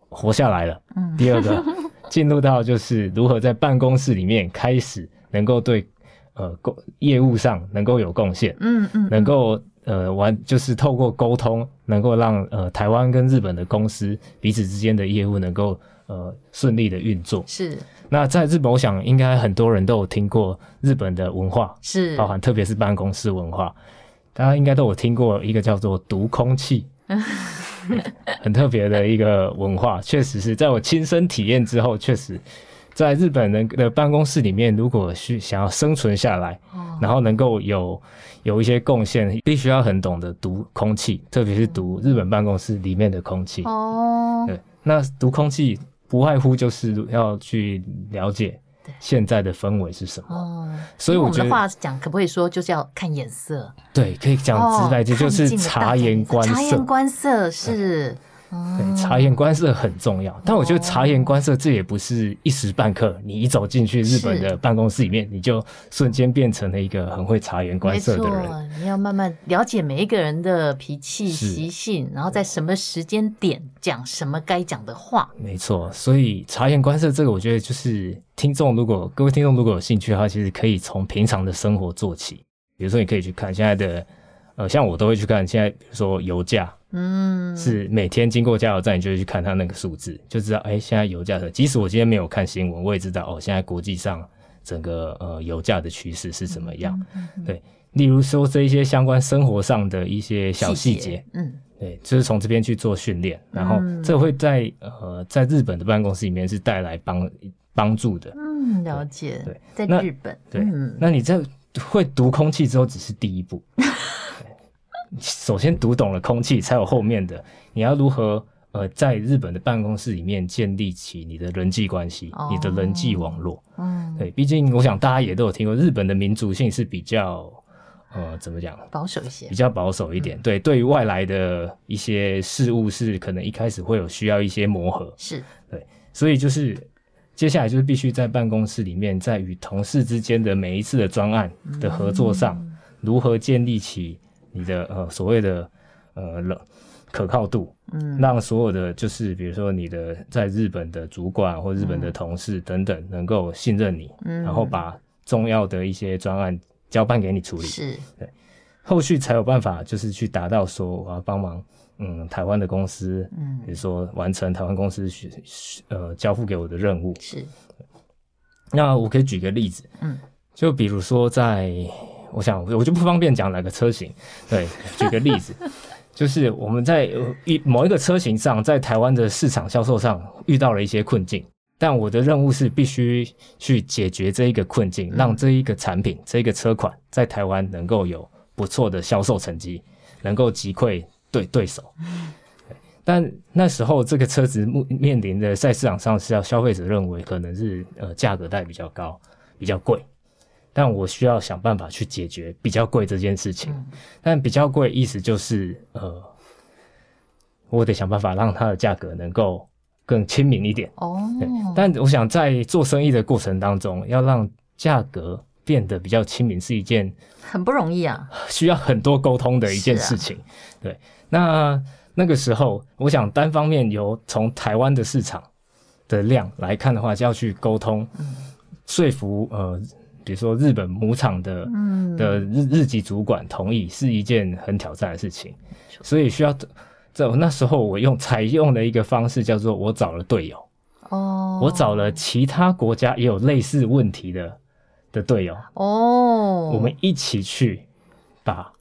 Speaker 4: 活下来了，
Speaker 1: 嗯
Speaker 4: 第二个进入到就是如何在办公室里面开始能够对呃贡业务上能够有贡献，
Speaker 1: 嗯嗯，
Speaker 4: 能够呃完就是透过沟通，能够让呃台湾跟日本的公司彼此之间的业务能够呃顺利的运作。
Speaker 1: 是
Speaker 4: 那在日本，我想应该很多人都有听过日本的文化，
Speaker 1: 是
Speaker 4: 包含特别是办公室文化，大家应该都有听过一个叫做“毒空气”， 很特别的一个文化。确实是在我亲身体验之后，确实在日本人的办公室里面，如果是想要生存下来，
Speaker 1: 哦
Speaker 4: 然后能够有有一些贡献，必须要很懂得读空气，特别是读日本办公室里面的空气。
Speaker 1: 嗯哦，
Speaker 4: 对，那读空气不外乎就是要去了解
Speaker 1: 对
Speaker 4: 现在的氛围是什么。
Speaker 1: 哦，
Speaker 4: 所以
Speaker 1: 因为
Speaker 4: 我
Speaker 1: 我
Speaker 4: 觉
Speaker 1: 们的
Speaker 4: 得，
Speaker 1: 话讲，可不可以说就是要看眼色？
Speaker 4: 对，可以讲直白一点，
Speaker 1: 哦
Speaker 4: 就
Speaker 1: 看
Speaker 4: 是
Speaker 1: 进了
Speaker 4: 察
Speaker 1: 大家
Speaker 4: 言
Speaker 1: 眼色
Speaker 4: 观
Speaker 1: 察言
Speaker 4: 色。
Speaker 1: 观色是，嗯哦
Speaker 4: 对，察言观色很重要，但我觉得察言观色这也不是一时半刻，你一走进去日本
Speaker 1: 是
Speaker 4: 的办公室里面，你就瞬间变成了一个很会察言观
Speaker 1: 没
Speaker 4: 色
Speaker 1: 错，
Speaker 4: 的人。
Speaker 1: 你要慢慢了解每一个人的脾气、
Speaker 4: 是
Speaker 1: 习性，然后在什么时间点讲什么该讲的话。
Speaker 4: 没错，所以察言观色这个，我觉得就是听众如果各位听众如果有兴趣的话，其实可以从平常的生活做起。比如说，你可以去看现在的，呃，像我都会去看现在，比如说油价
Speaker 1: 嗯，
Speaker 4: 是每天经过加油站，你就会去看它那个数字，就知道哎、现在油价的。即使我今天没有看新闻，我也知道哦，现在国际上整个呃油价的趋势是怎么样。
Speaker 1: 嗯
Speaker 4: 对，例如说这一些相关生活上的一些小细节，，
Speaker 1: 嗯，
Speaker 4: 对，就是从这边去做训练，然后这会在呃在日本的办公室里面是带来帮帮助的。
Speaker 1: 嗯，了解。
Speaker 4: 对
Speaker 1: 在
Speaker 4: 那
Speaker 1: 日本，
Speaker 4: 对，
Speaker 1: 嗯，
Speaker 4: 那你这会读空气之后，只是第一步。对首先读懂了空气，才有后面的。你要如何呃在日本的办公室里面建立起你的人际关系，你的人际网络？
Speaker 1: 嗯，
Speaker 4: 对，毕竟我想大家也都有听过，日本的民族性是比较呃怎么讲，
Speaker 1: 保守一些
Speaker 4: 比，较保守一点。对，对于外来的一些事物是可能一开始会有需要一些磨合，
Speaker 1: 是
Speaker 4: 所以就是接下来就是必须在办公室里面，在与同事之间的每一次的专案的合作上，如何建立起你的呃所谓的呃冷可靠度，
Speaker 1: 嗯，
Speaker 4: 让所有的就是比如说你的在日本的主管或日本的同事等等能够信任你，
Speaker 1: 嗯
Speaker 4: 然后把重要的一些专案交办给你处理，
Speaker 1: 是
Speaker 4: 后续才有办法就是去达到说我要帮忙嗯台湾的公司。
Speaker 1: 嗯
Speaker 4: 比如说完成台湾公司需需呃交付给我的任务，
Speaker 1: 是
Speaker 4: 那我可以举个例子，
Speaker 1: 嗯，
Speaker 4: 就比如说在，我想我就不方便讲哪个车型，对， 举个例子，就是我们在呃一某一个车型上，在台湾的市场销售上遇到了一些困境，但我的任务是必须去解决这一个困境，让这一个产品、这一个车款在台湾能够有不错的销售成绩，能够击溃对对手。但那时候这个车子目面临的在市场上是要消费者认为可能是呃价格带比较高、比较贵，但我需要想办法去解决比较贵这件事情。但比较贵意思就是呃，我得想办法让它的价格能够更亲民一点。
Speaker 1: 哦，
Speaker 4: 对，但我想在做生意的过程当中，要让价格变得比较亲民是一件
Speaker 1: 很不容易啊，
Speaker 4: 需要很多沟通的一件
Speaker 1: 是啊
Speaker 4: 事情。对，那那个时候，我想单方面由从台湾的市场的量来看的话，就要去沟通、
Speaker 1: 嗯
Speaker 4: 说服呃，比如说日本母厂的
Speaker 1: 嗯
Speaker 4: 的日日籍主管同意，是一件很挑战的事情，所以需要。在我那时候，我用采用了一个方式，叫做我找了队友，
Speaker 1: 哦，
Speaker 4: 我找了其他国家也有类似问题的的队友，
Speaker 1: 哦，
Speaker 4: 我们一起去把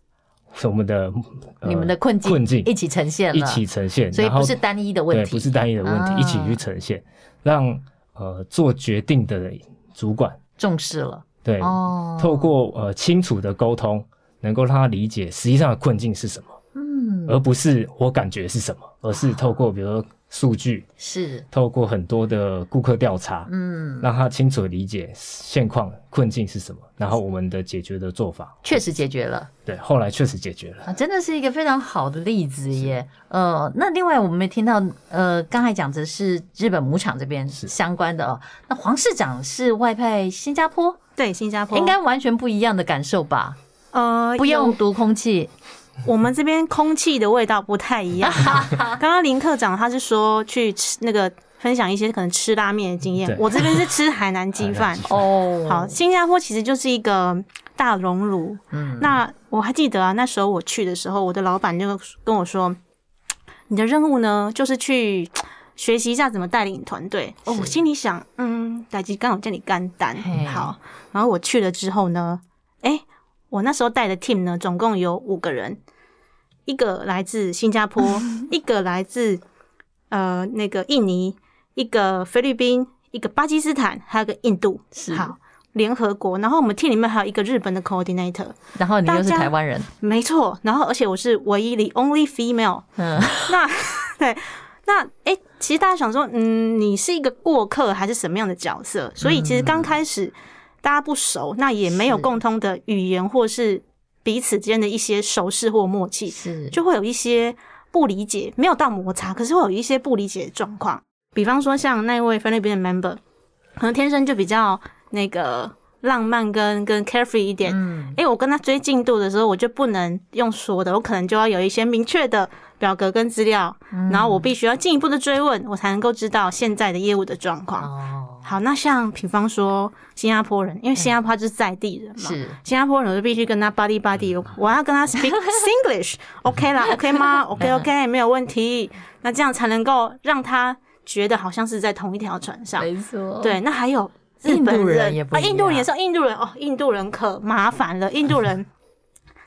Speaker 4: 我们的、呃
Speaker 1: 你们的困境
Speaker 4: 困境
Speaker 1: 一起呈现了，
Speaker 4: 一起呈现，
Speaker 1: 所以
Speaker 4: 然后
Speaker 1: 不是单一的问
Speaker 4: 对，
Speaker 1: 题，
Speaker 4: 不是单一的问题，
Speaker 1: 啊
Speaker 4: 一起去呈现，让呃做决定的主管
Speaker 1: 重视了
Speaker 4: 对、
Speaker 1: 哦，
Speaker 4: 透过呃清楚的沟通，能够让他理解实际上的困境是什么，
Speaker 1: 嗯
Speaker 4: 而不是我感觉是什么，而是透过比如说数据，
Speaker 1: 是
Speaker 4: 透过很多的顾客调查，
Speaker 1: 嗯，
Speaker 4: 让他清楚地理解现况困境是什么，然后我们的解决的做法。
Speaker 1: 确实解决了
Speaker 4: 对，后来确实解决了。
Speaker 1: 啊，真的是一个非常好的例子耶。呃，那另外我们也听到呃，刚才讲的是日本母厂这边相关的哦，那黄市长是外派新加坡，
Speaker 3: 对，新加坡
Speaker 1: 应该完全不一样的感受吧？
Speaker 3: 呃
Speaker 1: 不用读空气，
Speaker 3: 我们这边空气的味道不太一样。刚刚林科长他是说去吃那个分享一些可能吃拉面的经验
Speaker 4: 对，
Speaker 3: 我这边是吃海南鸡
Speaker 4: 海南
Speaker 3: 饭
Speaker 4: 鸡。
Speaker 1: 哦，
Speaker 3: 好，新加坡其实就是一个大熔炉。
Speaker 1: 嗯，
Speaker 3: 那我还记得啊，那时候我去的时候，我的老板就跟我说，你的任务呢就是去。学习一下怎么带领团队哦，我心里想，嗯，打击刚好叫你干单
Speaker 1: 嘿，
Speaker 3: 好。然后我去了之后呢，哎，我那时候带的 team 呢，总共有五个人，一个来自新 加坡，一个来自呃那个印尼，一个菲律宾，一个巴基斯坦，还有一个印度，
Speaker 1: 是
Speaker 3: 好联合国。然后我们 team 里面还有一个日本的 coordinator，
Speaker 1: 然后你又是
Speaker 3: 大家
Speaker 1: 台湾人，
Speaker 3: 没错。然后而且我是唯一的 only female，
Speaker 1: 嗯，
Speaker 3: 那对，那哎、诶其实大家想说，嗯，你是一个过客还是什么样的角色？所以其实刚开始大家不熟，那也没有
Speaker 1: 嗯是
Speaker 3: 共通的语言或是彼此间的一些熟识或默契，
Speaker 1: 是
Speaker 3: 嗯就会有一些不理解，没有到摩擦，可是会有一些不理解的状况。比方说像那位菲律宾的 member，可能天生就比较那个浪漫跟跟 carefree 一点，
Speaker 1: 嗯
Speaker 3: 哎、我跟他追进度的时候，我就不能用说的，我可能就要有一些明确的表格跟资料，
Speaker 1: 嗯
Speaker 3: 然后我必须要进一步的追问，我才能够知道现在的业务的状况。
Speaker 1: 哦嗯
Speaker 3: 好，那像比方说新加坡人，因为新加坡他就是在地人嘛，
Speaker 1: 是
Speaker 3: 新加坡人我就必须跟他 buddy buddy，我要跟他 speak Singlish，OK、啦，OK 吗？OK OK，没有问题。那这样才能够让他觉得好像是在同一条船上。
Speaker 1: 错，
Speaker 3: 对，那还有日
Speaker 1: 哦印度
Speaker 3: 本
Speaker 1: 人也不
Speaker 3: 啊，
Speaker 1: 一样
Speaker 3: 印度人也是印度人哦，印度人可麻烦了，印 度人。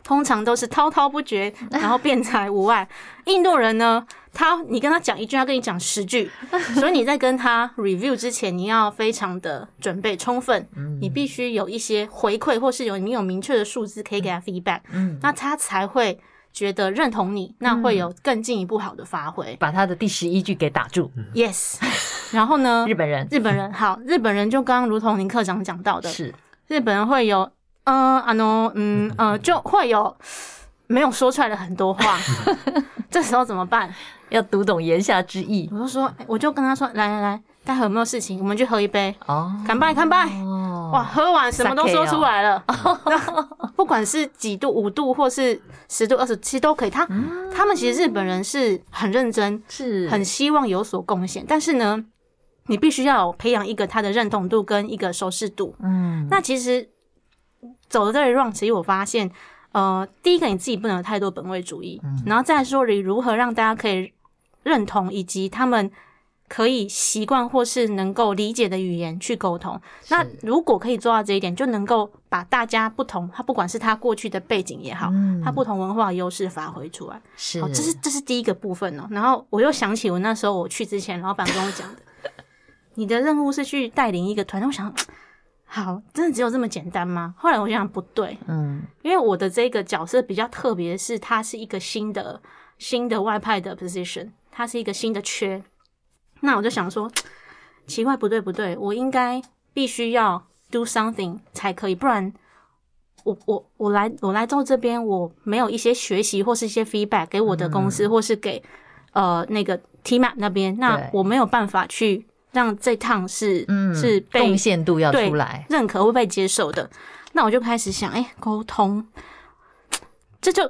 Speaker 3: 通常都是滔滔不绝，然后辩才无碍。印度人呢，他你跟他讲一句，他跟你讲十句，所以你在跟他 review 之前，你要非常的准备充分，
Speaker 1: 嗯
Speaker 3: 你必须有一些回馈，或是有你有明确的数字可以给他 feedback，
Speaker 1: 嗯
Speaker 3: 那他才会觉得认同你，那会有更进一步好的发挥。
Speaker 1: 把他的第十一句给打住，
Speaker 3: Yes，然后呢
Speaker 1: 日，本人
Speaker 3: 日本人好，日本人就刚刚如同您课长讲到的，
Speaker 1: 是
Speaker 3: 日本人会有嗯，啊 no，嗯呃，就会有没有说出来的很 多话，这时候怎么办？
Speaker 1: 要读懂言下之意
Speaker 3: 我就说，我就跟他说，来来来，待会有没有事情，我们去喝一杯，
Speaker 1: 哦。
Speaker 3: 干杯干杯！
Speaker 1: 哦，
Speaker 3: 哇，喝完什么都
Speaker 1: Sake
Speaker 3: 说出来了，
Speaker 1: 哦
Speaker 3: 不管是几度、五度或是十度、二十七都可以。他
Speaker 1: 嗯
Speaker 3: 他们其实日本人是很认真，
Speaker 1: 是
Speaker 3: 很希望有所贡献，但是呢，你必须要有培养一个他的认同度跟一个熟视度。
Speaker 1: 嗯，
Speaker 3: 那其实走的这一 round，其实我发现，呃，第一个你自己不能有太多本位主义，嗯然后再来说你如何让大家可以认同，以及他们可以习惯或是能够理解的语言去沟通。那如果可以做到这一点，就能够把大家不同，他不管是他过去的背景也好，
Speaker 1: 嗯
Speaker 3: 他不同文化的优势发挥出来。
Speaker 1: 是
Speaker 3: 好，哦这是这是第一个部分哦、然后我又想起我那时候我去之前，老板跟我讲的，你的任务是去带领一个团队。我想，好，真的只有这么简单吗？后来我想不对，
Speaker 1: 嗯
Speaker 3: 因为我的这个角色比较特别，是它是一个新的新的外派的 position，它是一个新的缺。那我就想说，奇怪，不对不对，我应该必须要 do something 才可以，不然我我我来我来到这边，我没有一些学习或是一些 feedback 给我的公司，或是给呃那个 TMAP 那边，那
Speaker 1: 嗯对
Speaker 3: 我没有办法去让这趟是、
Speaker 1: 嗯
Speaker 3: 是被
Speaker 1: 贡献度要
Speaker 3: 对
Speaker 1: 出来，
Speaker 3: 认可会被接受的。那我就开始想，哎、沟通，这就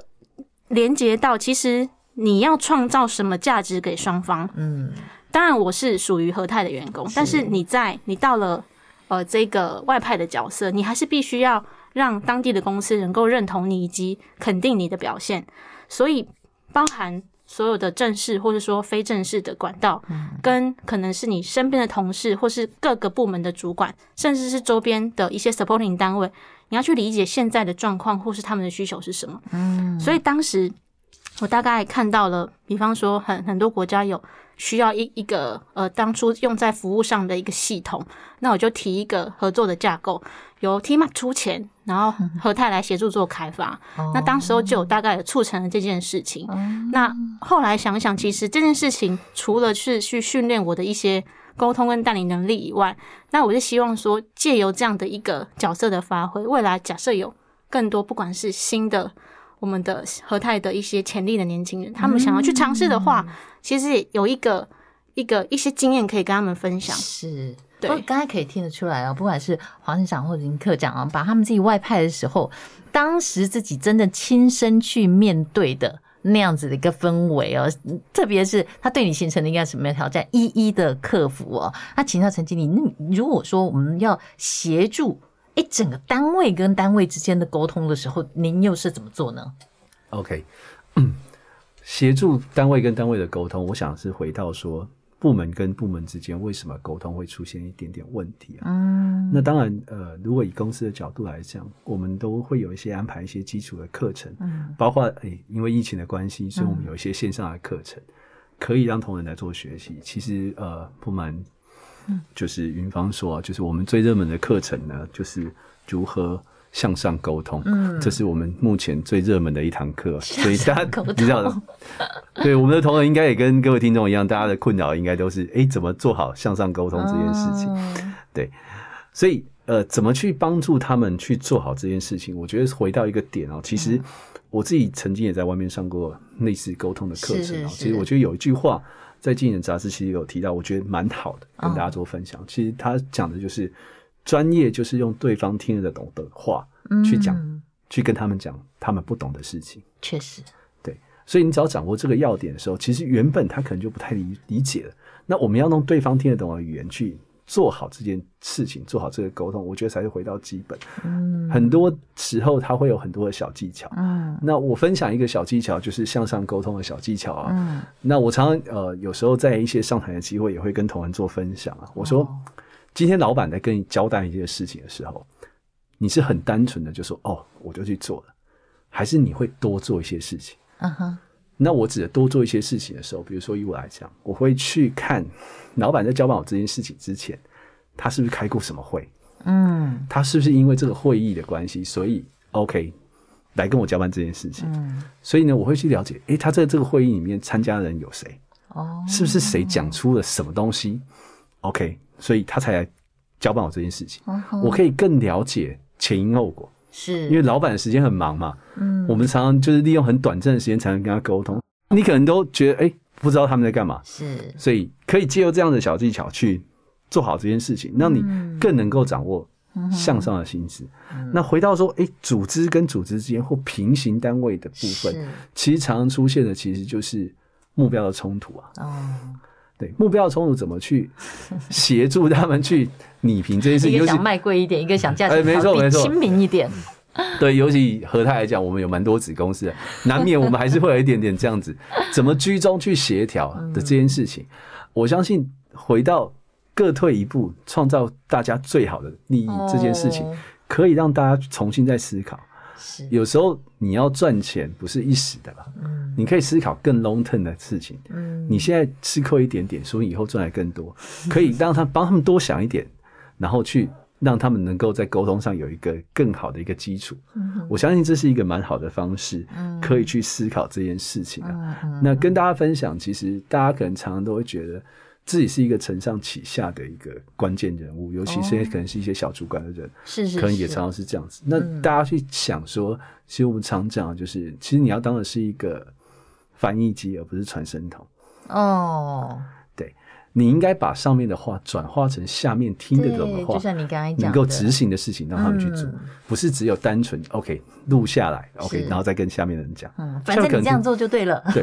Speaker 3: 连接到其实你要创造什么价值给双方。
Speaker 1: 嗯
Speaker 3: 当然，我是属于和泰的员工，但是你在你到了呃这个外派的角色，你还是必须要让当地的公司能够认同你以及肯定你的表现，所以包含。所有的正式或者说非正式的管道，跟可能是你身边的同事，或是各个部门的主管，甚至是周边的一些 supporting 单位，你要去理解现在的状况或是他们的需求是什么。嗯，所以当时我大概看到了，比方说很很多国家有需要一一个呃当初用在服务上的一个系统，那我就提一个合作的架构，由 TMAP 出钱，然后和泰来协助做开发。那当时候就有大概有促成了这件事情。那后来想想，其实这件事情除了是去训练我的一些沟通跟带领能力以外，那我就希望说，借由这样的一个角色的发挥，未来假设有更多不管是新的我们的和泰的一些潜力的年轻人，他们想要去尝试的话，其实也有一个一个一些经验可以跟他们分享。
Speaker 1: 是。嗯
Speaker 3: 对
Speaker 1: 不过刚才可以听得出来哦，不管是黄市长或者林科长啊，把他们自己外派的时候，当时自己真的亲身去面对的那样子的一个氛围哦，特别是他对你形成的应该什么样的挑战，一一的克服哦。那请教陈经理，那如果说我们要协助一整个单位跟单位之间的沟通的时候，您又是怎么做呢？
Speaker 2: OK，协助单位跟单位的沟通，我想是回到说部门跟部门之间为什么沟通会出现一点点问题啊？
Speaker 1: 嗯，
Speaker 2: 那当然，呃，如果以公司的角度来讲，我们都会有一些安排一些基础的课程，
Speaker 1: 嗯
Speaker 2: 包括诶、因为疫情的关系，所以我们有一些线上的课程，可以让同仁来做学习。其实呃，不瞒
Speaker 1: 嗯
Speaker 2: 就是云芳说啊，就是我们最热门的课程呢，就是如何。向上沟通，
Speaker 1: 嗯
Speaker 2: 这是我们目前最热门的一堂课，所以大
Speaker 1: 沟
Speaker 2: 家
Speaker 1: 通
Speaker 2: 知道的，对我们的同仁应该也跟各位听众一样，大家的困扰应该都是，诶，怎么做好向上沟通这件事情？
Speaker 1: 情，
Speaker 2: 所以呃，怎么去帮助他们去做好这件事情？我觉得回到一个点哦，其
Speaker 1: 嗯
Speaker 2: 实我自己曾经也在外面上过类似沟通的课
Speaker 1: 是
Speaker 2: 程
Speaker 1: 是
Speaker 2: 哦。
Speaker 1: 是
Speaker 2: 其实我觉得有一句话在《经人》杂志其实有提到，我觉得蛮好的，跟
Speaker 1: 嗯
Speaker 2: 大家做分享。其实他讲的就是专业，就是用对方听得懂的话去讲，
Speaker 1: 嗯
Speaker 2: 去跟他们讲他们不懂的事情。
Speaker 1: 确实，
Speaker 2: 所以你只要掌握这个要点的时候，其实原本他可能就不太理理解了。那我们要弄对方听得懂的语言去做好这件事情，做好这个沟通，我觉得才是回到基本。
Speaker 1: 嗯
Speaker 2: 很多时候他会有很多的小技巧。
Speaker 1: 嗯
Speaker 2: 那我分享一个小技巧，就是向上沟通的小技巧啊。
Speaker 1: 嗯，
Speaker 2: 那我常常呃，有时候在一些上台的机会也会跟同仁做分享啊。我
Speaker 1: 哦
Speaker 2: 说，今天老板在跟你交代一件事情的时候，你是很单纯的就说哦，我就去做了，还是你会多做一些事情？
Speaker 1: 嗯哼，
Speaker 2: 那我只多做一些事情的时候，比如说以我来讲，我会去看老板在交办我这件事情之前，他是不是开过什么会，
Speaker 1: 嗯
Speaker 2: 他是不是因为这个会议的关系，所以 OK 来跟我交办这件事情。
Speaker 1: 嗯，
Speaker 2: 所以呢，我会去了解，诶，他在这个会议里面参加的人有谁，
Speaker 1: 哦，
Speaker 2: 是不是谁讲出了什么东西？OK，所以他才来交办我这件事情。
Speaker 1: 嗯哼
Speaker 2: 我可以更了解前因后果。
Speaker 1: 是，
Speaker 2: 因为老板的时间很忙嘛，
Speaker 1: 嗯
Speaker 2: 我们常常就是利用很短暂的时间才能跟他沟通。你可能都觉得哎、不知道他们在干嘛，
Speaker 1: 是
Speaker 2: 所以可以借由这样的小技巧去做好这件事情，让你更能够掌握
Speaker 1: 嗯
Speaker 2: 向上的心思。那回到说，哎、组织跟组织之间或平行单位的部分，
Speaker 1: 是
Speaker 2: 其实常常出现的其实就是目标的冲突啊。
Speaker 1: 哦，
Speaker 2: 对，目标的冲突怎么去协助他们去拟平这件事 情？
Speaker 1: 一
Speaker 2: 尤
Speaker 1: 个
Speaker 2: 其
Speaker 1: 想卖贵一点，一个想价
Speaker 2: 哎
Speaker 1: 钱
Speaker 2: 没错
Speaker 1: 比
Speaker 2: 没错
Speaker 1: 亲民一点，
Speaker 2: 对，尤其和泰来讲，我们有蛮多子公司的，难免我们还是会有一点点这样子，怎么居中去协调的这件事情，
Speaker 1: 嗯
Speaker 2: 我相信回到各退一步，创造大家最好的利益这件事情
Speaker 1: 哦，
Speaker 2: 可以让大家重新再思考。
Speaker 1: 是
Speaker 2: 有时候你要赚钱不是一时的吧，
Speaker 1: 嗯
Speaker 2: 你可以思考更 long term 的事情。
Speaker 1: 嗯
Speaker 2: 你现在吃亏一点点，所以以后赚来更 多，可以让他帮他们多想一点，然后去让他们能够在沟通上有一个更好的一个基础。
Speaker 1: 嗯
Speaker 2: 我相信这是一个蛮好的方式，可以去思考这件事情啊。
Speaker 1: 嗯嗯
Speaker 2: 那跟大家分享，其实大家可能常常都会觉得自己是一个承上启下的一个关键人物，尤其
Speaker 1: 哦
Speaker 2: 是可能是一些小主管的人，
Speaker 1: 是是
Speaker 2: 可能也
Speaker 1: 是嗯
Speaker 2: 常常是这样子。那大家去想说，其实我们常讲的就是，其实你要当的是一个翻译机，而不是传声筒。
Speaker 1: 哦，
Speaker 2: 你应该把上面的话转化成下面听得懂的
Speaker 1: 对，
Speaker 2: 话
Speaker 1: 就，像你刚才讲的，
Speaker 2: 能够执行的事情，让他们去做
Speaker 1: 嗯，
Speaker 2: 不是只有单纯 OK 录下来 OK，
Speaker 1: 是
Speaker 2: 然后再跟下面的人 讲。
Speaker 1: 嗯，
Speaker 2: 这
Speaker 1: 反
Speaker 2: 样
Speaker 1: 正
Speaker 2: 可
Speaker 1: 你
Speaker 2: 能
Speaker 1: 这样做就对了，
Speaker 2: 对，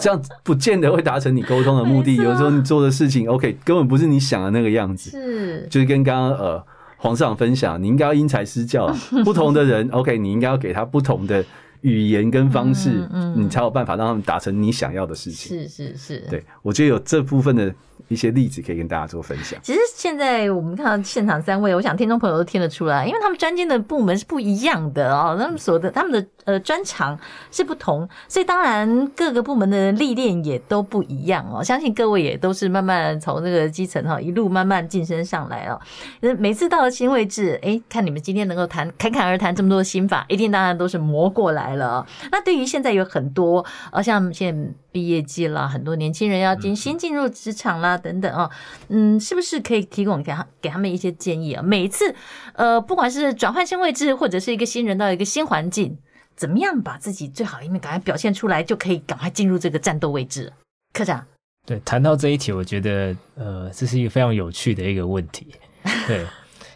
Speaker 2: 这样不见得会达成你沟通的目的。有时候你做的事情 OK，根本不是你想的那个样子。
Speaker 1: 是
Speaker 2: 就是跟刚刚呃黄市长分享，你应该要因材施 教啊，不同的人 OK，你应该要给他不同的语言跟方式，
Speaker 1: 嗯嗯
Speaker 2: 你才有办法让他们达成你想要的事情。
Speaker 1: 是是是，。
Speaker 2: 对，我觉得有这部分的一些例子可以跟大家做分 享。
Speaker 1: 其实现在我们看到现场三位，我想听众朋友都听得出来，因为他们专精的部门是不一样的哦，他们所的他们的呃专长是不同，所以当然各个部门的历练也都不一样哦。相信各位也都是慢慢从这个基层哈、一路慢慢晋升上来哦。那每次到了新位置，哎，看你们今天能够谈侃侃而谈这么多心法，一定当然都是磨过来了、哦。那对于现在有很多呃，像现在毕业季啦，很多年轻人要进新进入职场啦等等哦，嗯，是不是可以提供给他给他们一些建议啊？每次呃，不管是转换新位置，或者是一个新人到一个新环境，怎么样把自己最好的一面赶快表现出来，就可以赶快进入这个战斗位置。科长，
Speaker 4: 对，谈到这一题，我觉得呃，这是一个非常有趣的一个问题。 对，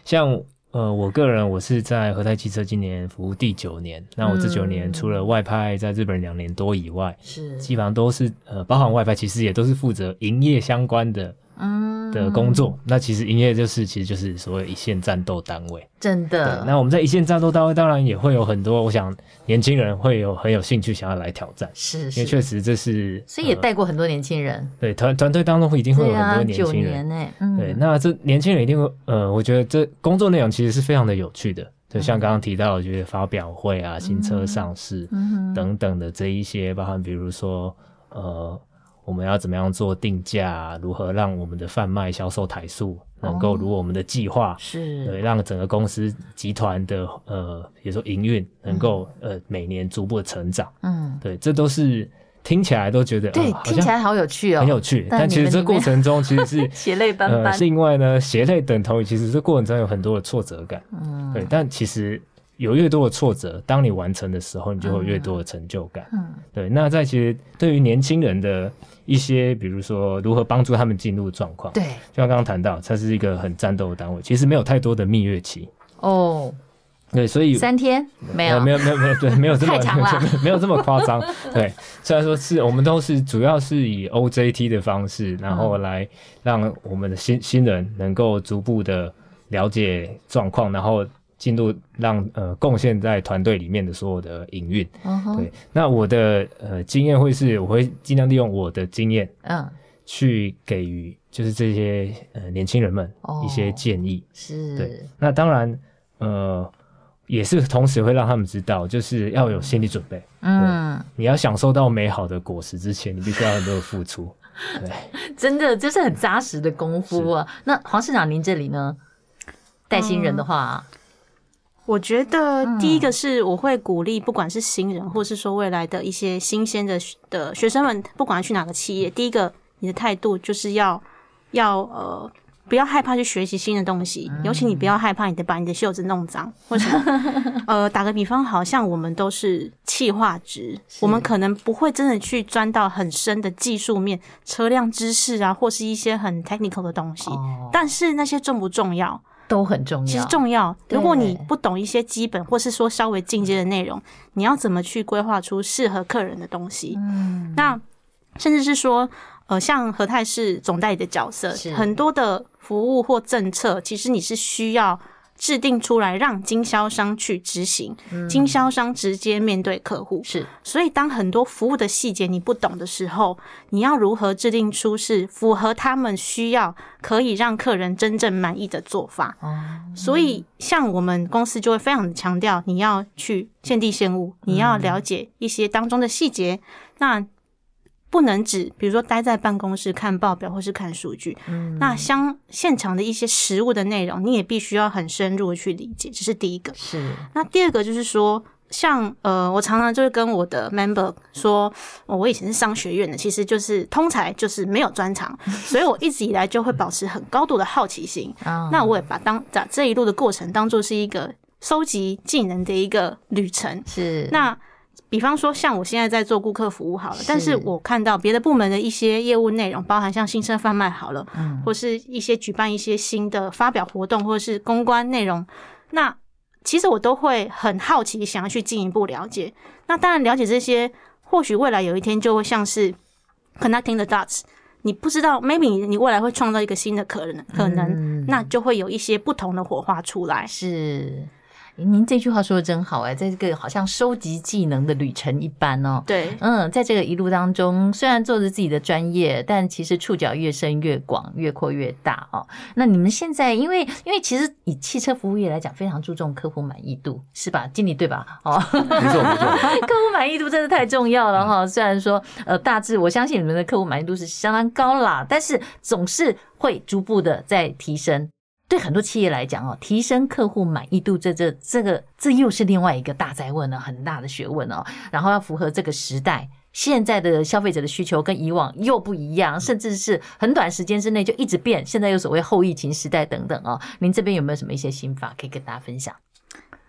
Speaker 4: 像呃，我个人我是在和泰汽车今年服务第九年，那我这九年
Speaker 1: 嗯
Speaker 4: 除了外派在日本两年多以外，
Speaker 1: 是
Speaker 4: 基本上都是呃，包含外派，其实也都是负责营业相关的
Speaker 1: 嗯
Speaker 4: 的工，作。那其实营业就是其实就是所谓一线战斗单位。
Speaker 1: 真的
Speaker 4: 对，，那我们在一线战斗单位当然也会有很多，我想年轻人会有很有兴趣想要来挑战，
Speaker 1: 是
Speaker 4: 因为确
Speaker 1: 是，
Speaker 4: 实这是
Speaker 1: 所以也
Speaker 4: 呃
Speaker 1: 带过很多年轻人，
Speaker 4: 对团团队当中会一定会
Speaker 1: 对
Speaker 4: 有很
Speaker 1: 啊，
Speaker 4: 多年
Speaker 1: 九
Speaker 4: 轻人
Speaker 1: 年。呢，嗯，
Speaker 4: 对，那这年轻人一定会，呃，我觉得这工作内容其实是非常的有趣的，
Speaker 1: 嗯
Speaker 4: 就像刚刚提到的，就是发表会啊、新车上市
Speaker 1: 嗯哼
Speaker 4: 等等的这一些，包含比如说，呃，我们要怎么样做定价啊，如何让我们的贩卖销售台数能够如我们的计划，对，
Speaker 1: 哦是，
Speaker 4: 让整个公司集团的呃，比如说营运能够呃每年逐步地成长，
Speaker 1: 嗯，
Speaker 4: 对，这都是听起来都觉得
Speaker 1: 对
Speaker 4: 啊呃，好
Speaker 1: 听起
Speaker 4: 像
Speaker 1: 来好有趣哦，
Speaker 4: 很有趣，
Speaker 1: 但
Speaker 4: 但其
Speaker 1: 你
Speaker 4: 实
Speaker 1: 们
Speaker 4: 这
Speaker 1: 里
Speaker 4: 过
Speaker 1: 面
Speaker 4: 程中其实 是
Speaker 1: 血泪斑斑
Speaker 4: 呃，另外呢，血泪等同于其实这过程中有很多的挫折感，
Speaker 1: 嗯
Speaker 4: 对，但其实有越多的挫折，当你完成的时候，你就会有越多的成就感。
Speaker 1: 嗯
Speaker 4: 对，那在其实对于年轻人的一些，比如说如何帮助他们进入状况，，
Speaker 1: 对
Speaker 4: 就像刚刚谈到，它是一个很战斗的单位，其实没有太多的蜜月期，
Speaker 1: 哦，
Speaker 4: 对，所以
Speaker 1: 三天没有
Speaker 4: 呃没有没有没有对，没有这么
Speaker 1: 太长了
Speaker 4: 没有这么 夸张。对，虽然说是我们都是主要是以 OJT 的方式，然
Speaker 1: 嗯
Speaker 4: 后来让我们的新新人能够逐步的了解状况，然后进入让呃贡献在团队里面的所有的营运。
Speaker 1: 嗯哼
Speaker 4: 对，那我的呃经验会是，我会尽量利用我的经验
Speaker 1: 嗯
Speaker 4: 去给予就是这些呃年轻人们一些
Speaker 1: 哦
Speaker 4: 建议。对
Speaker 1: 是，
Speaker 4: 那当然，呃，也是同时会让他们知道，就是要有心理准备。
Speaker 1: 嗯。
Speaker 4: 你要享受到美好的果实之前，你必须要有很多的付出。对，
Speaker 1: 真的就是很扎实的功夫啊。那黄市长您这里呢？带新人的话，
Speaker 3: 我觉得第一个是我会鼓励，不管是新人，或是说未来的一些新鲜的学的学生们，不管去哪个企业，第一个你的态度就是要要呃不要害怕去学习新的东西，尤其你不要害怕你的把你的袖子弄脏。为什么？呃，打个比方，好像我们都是气化值，我们可能不会真的去钻到很深的技术面、车辆知识啊，或是一些很 technical 的东西。
Speaker 1: 哦
Speaker 3: 但是那些重不重要？
Speaker 1: 都很重
Speaker 3: 嗯其实
Speaker 1: 要。
Speaker 3: 重要。如果你
Speaker 1: 对
Speaker 3: 不懂一些基本，或是说稍微进阶的内容，你要怎么去规划出适合客人的东西？
Speaker 1: 嗯，
Speaker 3: 那甚至是说，呃，像和泰是总代理的角色
Speaker 1: 是，
Speaker 3: 很多的服务或政策，其实你是需要制定出来，让经销商去执行，经销商直接面对客户。
Speaker 1: 嗯是
Speaker 3: 所以，当很多服务的细节你不懂的时候，你要如何制定出是符合他们需要，可以让客人真正满意的做法？
Speaker 1: 哦，
Speaker 3: 所以，像我们公司就会非常的强调，你要去现地现物，你要了解一些当中的细节。那不能只比如说待在办公室看报表或是看数据，那相现场的一些实物的内容，你也必须要很深入的去理解，这是第一个。
Speaker 1: 是
Speaker 3: 那第二个就是说，像呃，我常常就会跟我的 member 说，哦我以前是商学院的，其实就是通才，就是没有专长，所以我一直以来就会保持很高度的好奇心。
Speaker 1: 啊，
Speaker 3: 那我也把当把这一路的过程当做是一个收集技能的一个旅程。
Speaker 1: 是
Speaker 3: 那比方说，像我现在在做顾客服务好了，但
Speaker 1: 是
Speaker 3: 是我看到别的部门的一些业务内容，包含像新车贩卖好了，
Speaker 1: 嗯
Speaker 3: 或是一些举办一些新的发表活动，或是公关内容，那其实我都会很好奇，想要去进一步了解。那当然，了解这些，或许未来有一天就会像是 connecting the dots。你不知道，maybe 你你未来会创造一个新的可能，可能、那就会有一些不同的火花出来。
Speaker 1: 是。您这句话说的真好哎、在这个好像收集技能的旅程一般哦。
Speaker 3: 对，
Speaker 1: 嗯，在这个一路当中，虽然做着自己的专业，但其实触角越深越广，越扩越大哦。那你们现在，因为因为其实以汽车服务业来讲，非常注重客户满意度，是吧，经理对吧？哦，
Speaker 2: 没错没错，
Speaker 1: 客户满意度真的太重要了哈。虽然说呃，大致我相信你们的客户满意度是相当高啦，但是总是会逐步的在提升。对很多企业来讲哦，提升客户满意度这这这个这又是另外一个大灾问了，很大的学问哦。然后要符合这个时代。现在的消费者的需求跟以往又不一样，甚至是很短时间之内就一直变。现在又所谓后疫情时代等等哦，您这边有没有什么一些心法可以跟大家分享？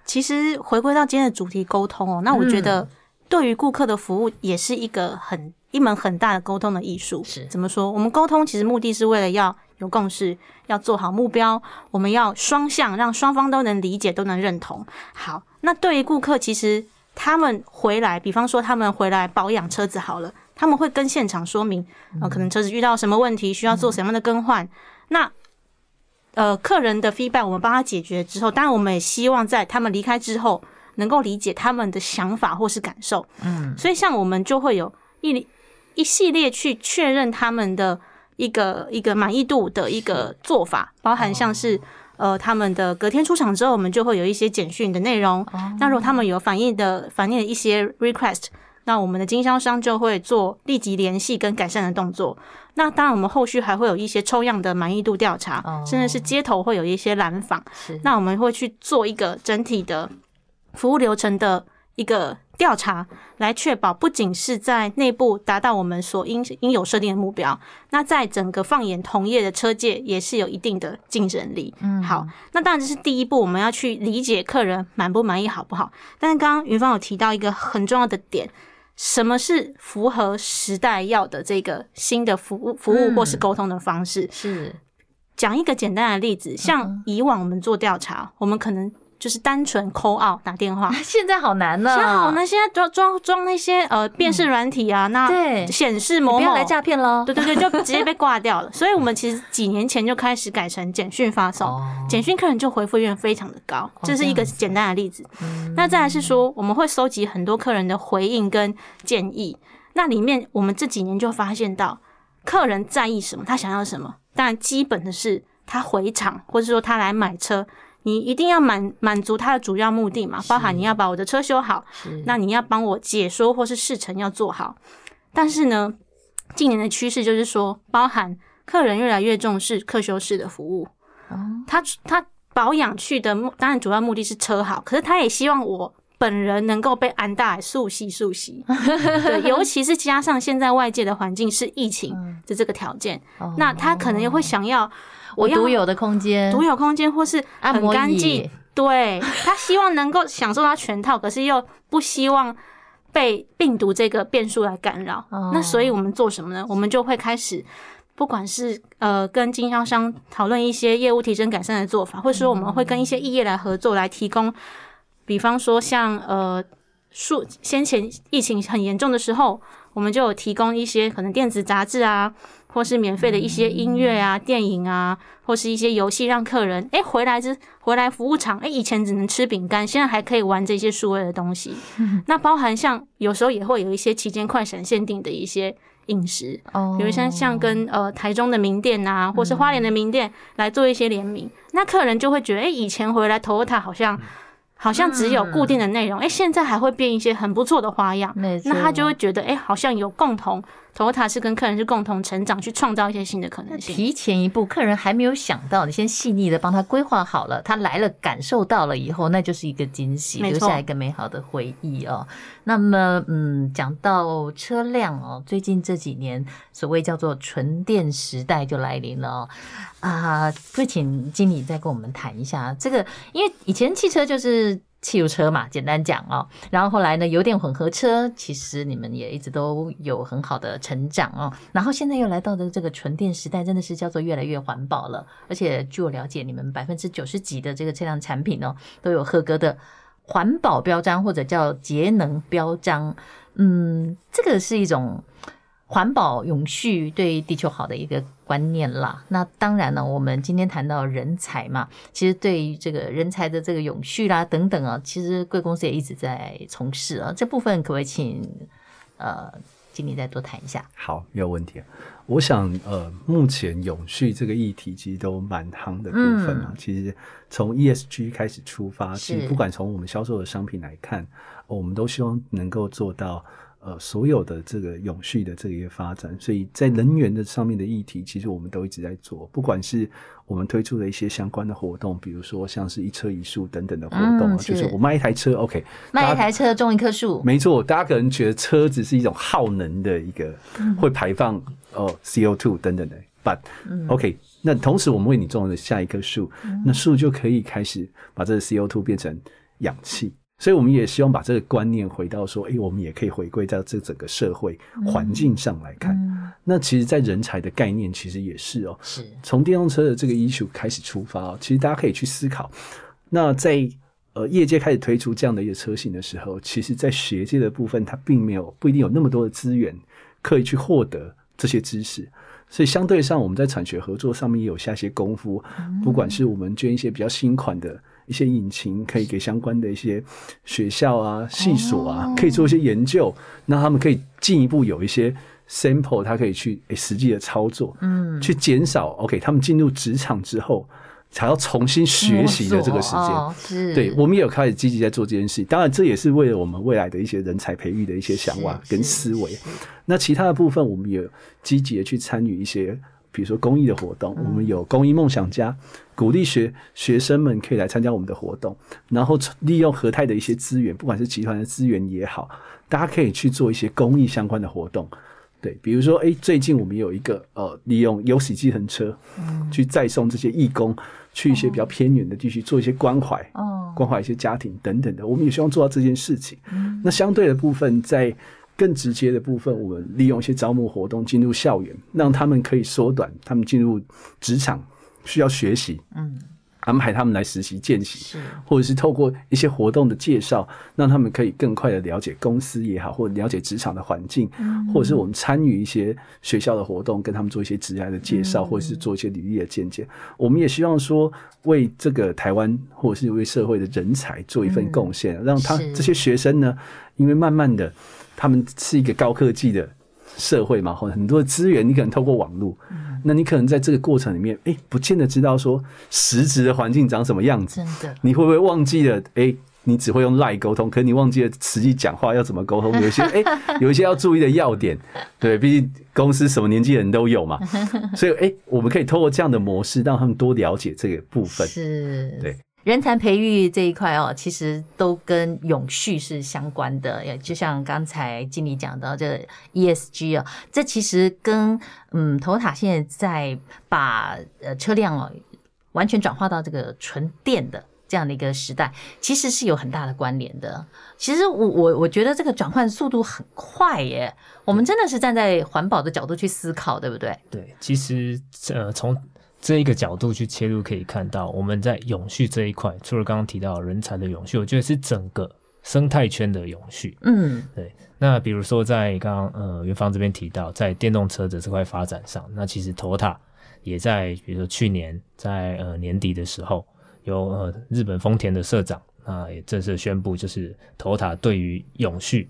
Speaker 3: 其实回归到今天的主题沟通哦，那我觉得对于顾客的服务也是一个很一门很大的沟通的艺术。
Speaker 1: 是
Speaker 3: 怎么说？我们沟通其实目的是为了要有共识，要做好目标，我们要双向，让双方都能理解，都能认同。好，那对于顾客，其实他们回来，比方说他们回来保养车子好了，他们会跟现场说明，呃，可能车子遇到什么问题，需要做什么样的更换。那呃，客人的 feedback 我们帮他解决之后，当然我们也希望在他们离开之后，能够理解他们的想法或是感受。嗯，所以像我们就会有一一系列去确认他们的一个一个满意度的一个做法，包含像是。呃，他们的隔天出厂之后，我们就会有一些简讯的内容。那如果他们有反映的反映的一些 request，那我们的经销商就会做立即联系跟改善的动作。那当然，我们后续还会有一些抽样的满意度调查，
Speaker 1: 哦
Speaker 3: 甚至是街头会有一些蓝访。
Speaker 1: 是
Speaker 3: 那我们会去做一个整体的服务流程的一个调查，来确保不仅是在内部达到我们所应应有设定的目标，那在整个放眼同业的车界也是有一定的竞争力。嗯，好，那当然这是第一步，我们要去理解客人满不满意，好不好？但是刚刚云芳有提到一个很重要的点。什么是符合时代要的这个新的服务服务或是沟通的方式？
Speaker 1: 是
Speaker 3: 讲一个简单的例
Speaker 1: 嗯
Speaker 3: 子，像以往我们做调查，我们可能就是单纯 call out 打 电话。
Speaker 1: 啊现在好难呢、
Speaker 3: 像好呢，现在装装装那些呃辨识软体啊，
Speaker 1: 嗯对
Speaker 3: 那显示某
Speaker 1: 不要
Speaker 3: 某
Speaker 1: 来，诈骗喽。
Speaker 3: 对对对，就直接被挂掉了。 所以我们其实几年前就开始改成简讯发送，简讯客人就回复率非常的高，哦这是一个简单的例子。嗯那再来是说，我们会收集很多客人的回应跟建议，那里面我们这几年就发现到，客人在意什么，他想要什么。当然，基本的是他回厂，或者说他来买车，你一定要满满足他的主要目的嘛，包含你要把我的车修好，那你要帮我解说或是事成要做好。但是呢，近年的趋势就是说，包含客人越来越重视客修式的服务。
Speaker 1: 哦
Speaker 3: 他他保养去的目，当然主要目的是车好，可是他也希望我本人能够被安大来速洗速洗。对，尤其是加
Speaker 1: 嗯哦
Speaker 3: 上现在外界的环境是疫情的这个条件，那他可能又会想要
Speaker 1: 我
Speaker 3: 要
Speaker 1: 独有的空间，
Speaker 3: 独有空间或是
Speaker 1: 按
Speaker 3: 很
Speaker 1: 摩
Speaker 3: 干
Speaker 1: 椅
Speaker 3: 净，对他希望能够享受到全套，可是又不希望被病毒这个变数来干扰。
Speaker 1: 哦
Speaker 3: 那所以我们做什么呢？我们就会开始。不管是呃跟经销商讨论一些业务提升改善的做法，或者说我们会跟一些异业来合作，来提供，比方说像呃数先前疫情很严重的时候，我们就有提供一些可能电子杂志啊，或是免费的一些音乐啊、电影啊，或是一些游戏，让客人哎、诶回来之回来服务场哎、诶以前只能吃饼干，现在还可以玩这些数位的 东西。那包含像有时候也会有一些期间快闪限定的一些饮食，
Speaker 1: 哦嗯
Speaker 3: 比如像像跟呃台中的名店啊，或是花莲的名店来做一些联名，那客人就会觉得哎、诶以前回来 Toyota 好像。好像只有固定的内容，哎、现在还会变一些很不错的花样，
Speaker 1: 嗯没错
Speaker 3: 那他就会觉得，哎、好像有共同，Toyota 是跟客人是共同成长，去创造一些新的可能性。
Speaker 1: 提前一步，客人还没有想到，你先细腻的帮他规划好了，他来了感受到了以后，那就是一个惊喜，
Speaker 3: 没
Speaker 1: 留
Speaker 3: 错
Speaker 1: 下一个美好的回忆哦。那么，嗯，讲到车辆哦，最近这几年所谓叫做纯电时代就来临了哦。啊，会请经理再跟我们谈一下这个，因为以前汽车就是。汽油车嘛，简单讲哦，然后后来呢，油电混合车，其实你们也一直都有很好的成长哦。然后现在又来到的这个纯电时代，真的是叫做越来越环保了。而且据我了解，你们百分之九十几的这个车辆产品哦，都有合格的环保标章或者叫节能标章。嗯，这个是一种环保、永续对地球好的一个观念啦。那当然呢，我们今天谈到人才嘛，其实对于这个人才的这个永续啦等等啊，其实贵公司也一直在从事啊。这部分可不可以请呃经理再多谈一下？
Speaker 2: 好，没有问题。我想，呃，目前永续这个议题其实都蛮夯的部分啊。
Speaker 1: 嗯
Speaker 2: 其实从 ESG 开始出发，
Speaker 1: 是
Speaker 2: 其实不管从我们销售的商品来看，呃我们都希望能够做到。呃，所有的这个永续的这个发展，所以在能源的上面的议题，其实我们都一直在做，不管是我们推出的一些相关的活动，比如说像是一车一树等等的活动啊，
Speaker 1: 嗯
Speaker 2: 就是是我卖一台车，OK，
Speaker 1: 卖一
Speaker 2: 大家
Speaker 1: 台车种一棵树，
Speaker 2: 没错，大家可能觉得车子是一种耗能的一个，会排放哦 CO2 等等的。But OK，那同时我们为你种了下一棵树，那树就可以开始把这个 CO2 变成氧气。所以我们也希望把这个观念回到说，诶、我们也可以回归到这整个社会环境上来看。
Speaker 1: 嗯，
Speaker 2: 那其实，在人才的概念其实也是哦、
Speaker 1: 是
Speaker 2: 从电动车的这个 issue 开始出发、哦，其实大家可以去思考。那在呃业界开始推出这样的一个车型的时候，其实在学界的部分，它并没有不一定有那么多的资源可以去获得这些知识。所以相对上，我们在产学合作上面也有下一些功夫，不管是我们捐一些比较新款的一些引擎，可以给相关的一些学校啊、系所啊
Speaker 1: 哦，
Speaker 2: 可以做一些研究，那他们可以进一步有一些 sample，它可以去、诶实际的操作。
Speaker 1: 嗯，
Speaker 2: 去减少 OK，他们进入职场之后才要重新学习的这个时间。
Speaker 1: 摸索哦是
Speaker 2: 对，我们也有开始积极在做这件事，当然这也是为了我们未来的一些人才培育的一些想法
Speaker 1: 是
Speaker 2: 跟
Speaker 1: 是
Speaker 2: 思维
Speaker 1: 是。
Speaker 2: 那其他的部分，我们也积极的去参与一些，比如说公益的活
Speaker 1: 嗯
Speaker 2: 动，我们有公益梦想家，鼓励学学生们可以来参加我们的活动，然后利用和泰的一些资源，不管是集团的资源也好，大家可以去做一些公益相关的活动。对，比如说，哎，最近我们有一个呃，利用有洗计程车，
Speaker 1: 嗯
Speaker 2: 去载送这些义工去一些比较偏远的地区做一些关怀，
Speaker 1: 哦，
Speaker 2: 关怀一些家庭等等的，我们也希望做到这件事情。那相对的部分，在更直接的部分，我们利用一些招募活动进入校园，让他们可以缩短他们进入职场需要学习，
Speaker 1: 嗯，
Speaker 2: 安排他们来实习见习，
Speaker 1: 是
Speaker 2: 或者是透过一些活动的介绍，让他们可以更快的了解公司也好，或者了解职场的环境，
Speaker 1: 嗯
Speaker 2: 或者是我们参与一些学校的活动，跟他们做一些职业的介绍，或者是做一些履历的见解。我们也希望说，为这个台湾或者是为社会的人才做一份贡献，让他
Speaker 1: 是
Speaker 2: 这些学生呢，因为慢慢的，他们是一个高科技的。社会嘛，或很多资源，你可能透过网络，那你可能在这个过程里面，哎、不见得知道说实质的环境长什么样子，
Speaker 1: 真的
Speaker 2: 你会不会忘记了？哎、你只会用赖沟通，可你忘记了实际讲话要怎么沟通？有一些哎、有一些要注意的要点。对，毕竟公司什么年纪的人都有嘛，所以哎、我们可以透过这样的模式，让他们多了解这个部分。
Speaker 1: 是
Speaker 2: 对。
Speaker 1: 人才培育这一块哦，其实都跟永续是相关的。也就像刚才经理讲到这 ESG 哦，这其实跟嗯，头塔现在在把呃车辆哦完全转化到这个纯电的这样的一个时代，其实是有很大的关联的。其实我我我觉得这个转换速度很快耶，我们真的是站在环保的角度去思考，对不对？
Speaker 4: 对，其实呃，从这一个角度去切入，可以看到我们在永续这一块，除了刚刚提到人才的永续，我觉得是整个生态圈的永续。
Speaker 1: 嗯
Speaker 4: 对，那比如说在刚刚呃元芳这边提到，在电动车的这块发展上，那其实 Toyota 也在比如说去年在呃年底的时候，由呃日本丰田的社长那也正式宣布，就是 Toyota 对于永续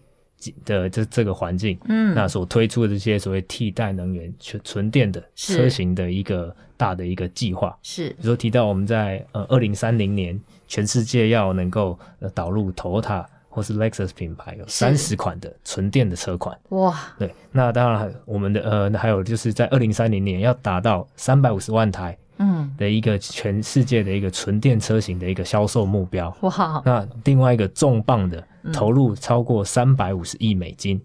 Speaker 4: 的这这个环境，
Speaker 1: 嗯，
Speaker 4: 那所推出的这些所谓替代能源纯纯电的
Speaker 1: 是
Speaker 4: 车型的一个大的一个计划。
Speaker 1: 是
Speaker 4: 比如说提到我们在呃二零三零年，全世界要能够呃导入 Toyota 或是 Lexus 品牌有
Speaker 1: 是
Speaker 4: 三十款的纯电的车款。
Speaker 1: 哇，
Speaker 4: 对，那当然还我们的呃那还有就是在二零三零年要达到三百五十万台
Speaker 1: 嗯
Speaker 4: 的一个全世界的一个纯电车型的一个销售目标。
Speaker 1: 哇，
Speaker 4: 那另外一个重磅的
Speaker 1: 嗯
Speaker 4: 投入超过三百五十亿美金，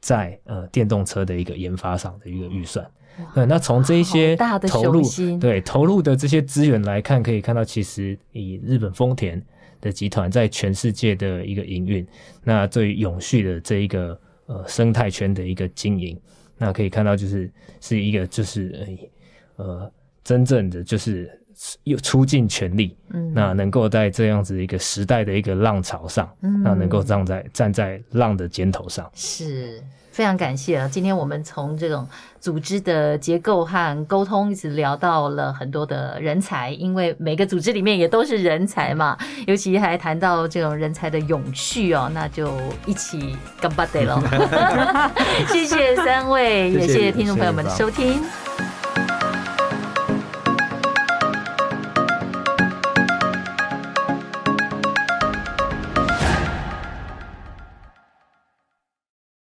Speaker 4: 在呃电动车的一个研发上的一个预算。对，那从这一些
Speaker 1: 好大的
Speaker 4: 投入
Speaker 1: 雄心
Speaker 4: 对投入的这些资源来看，可以看到其实以日本丰田的集团在全世界的一个营运，那对于永续的这一个呃生态圈的一个经营，那可以看到就是是一个就是呃呃真正的就是呃又出尽全力，
Speaker 1: 嗯
Speaker 4: 那能够在这样子一个时代的一个浪潮上，
Speaker 1: 嗯
Speaker 4: 那能够站在站在浪的尖头上，
Speaker 1: 是非常感谢啊！今天我们从这种组织的结构和沟通，一直聊到了很多的人才，因为每个组织里面也都是人才嘛，尤其还谈到这种人才的永续哦，那就一起 干巴得喽！谢谢三位，也
Speaker 2: 谢谢
Speaker 1: 谢谢听众朋友们的收听。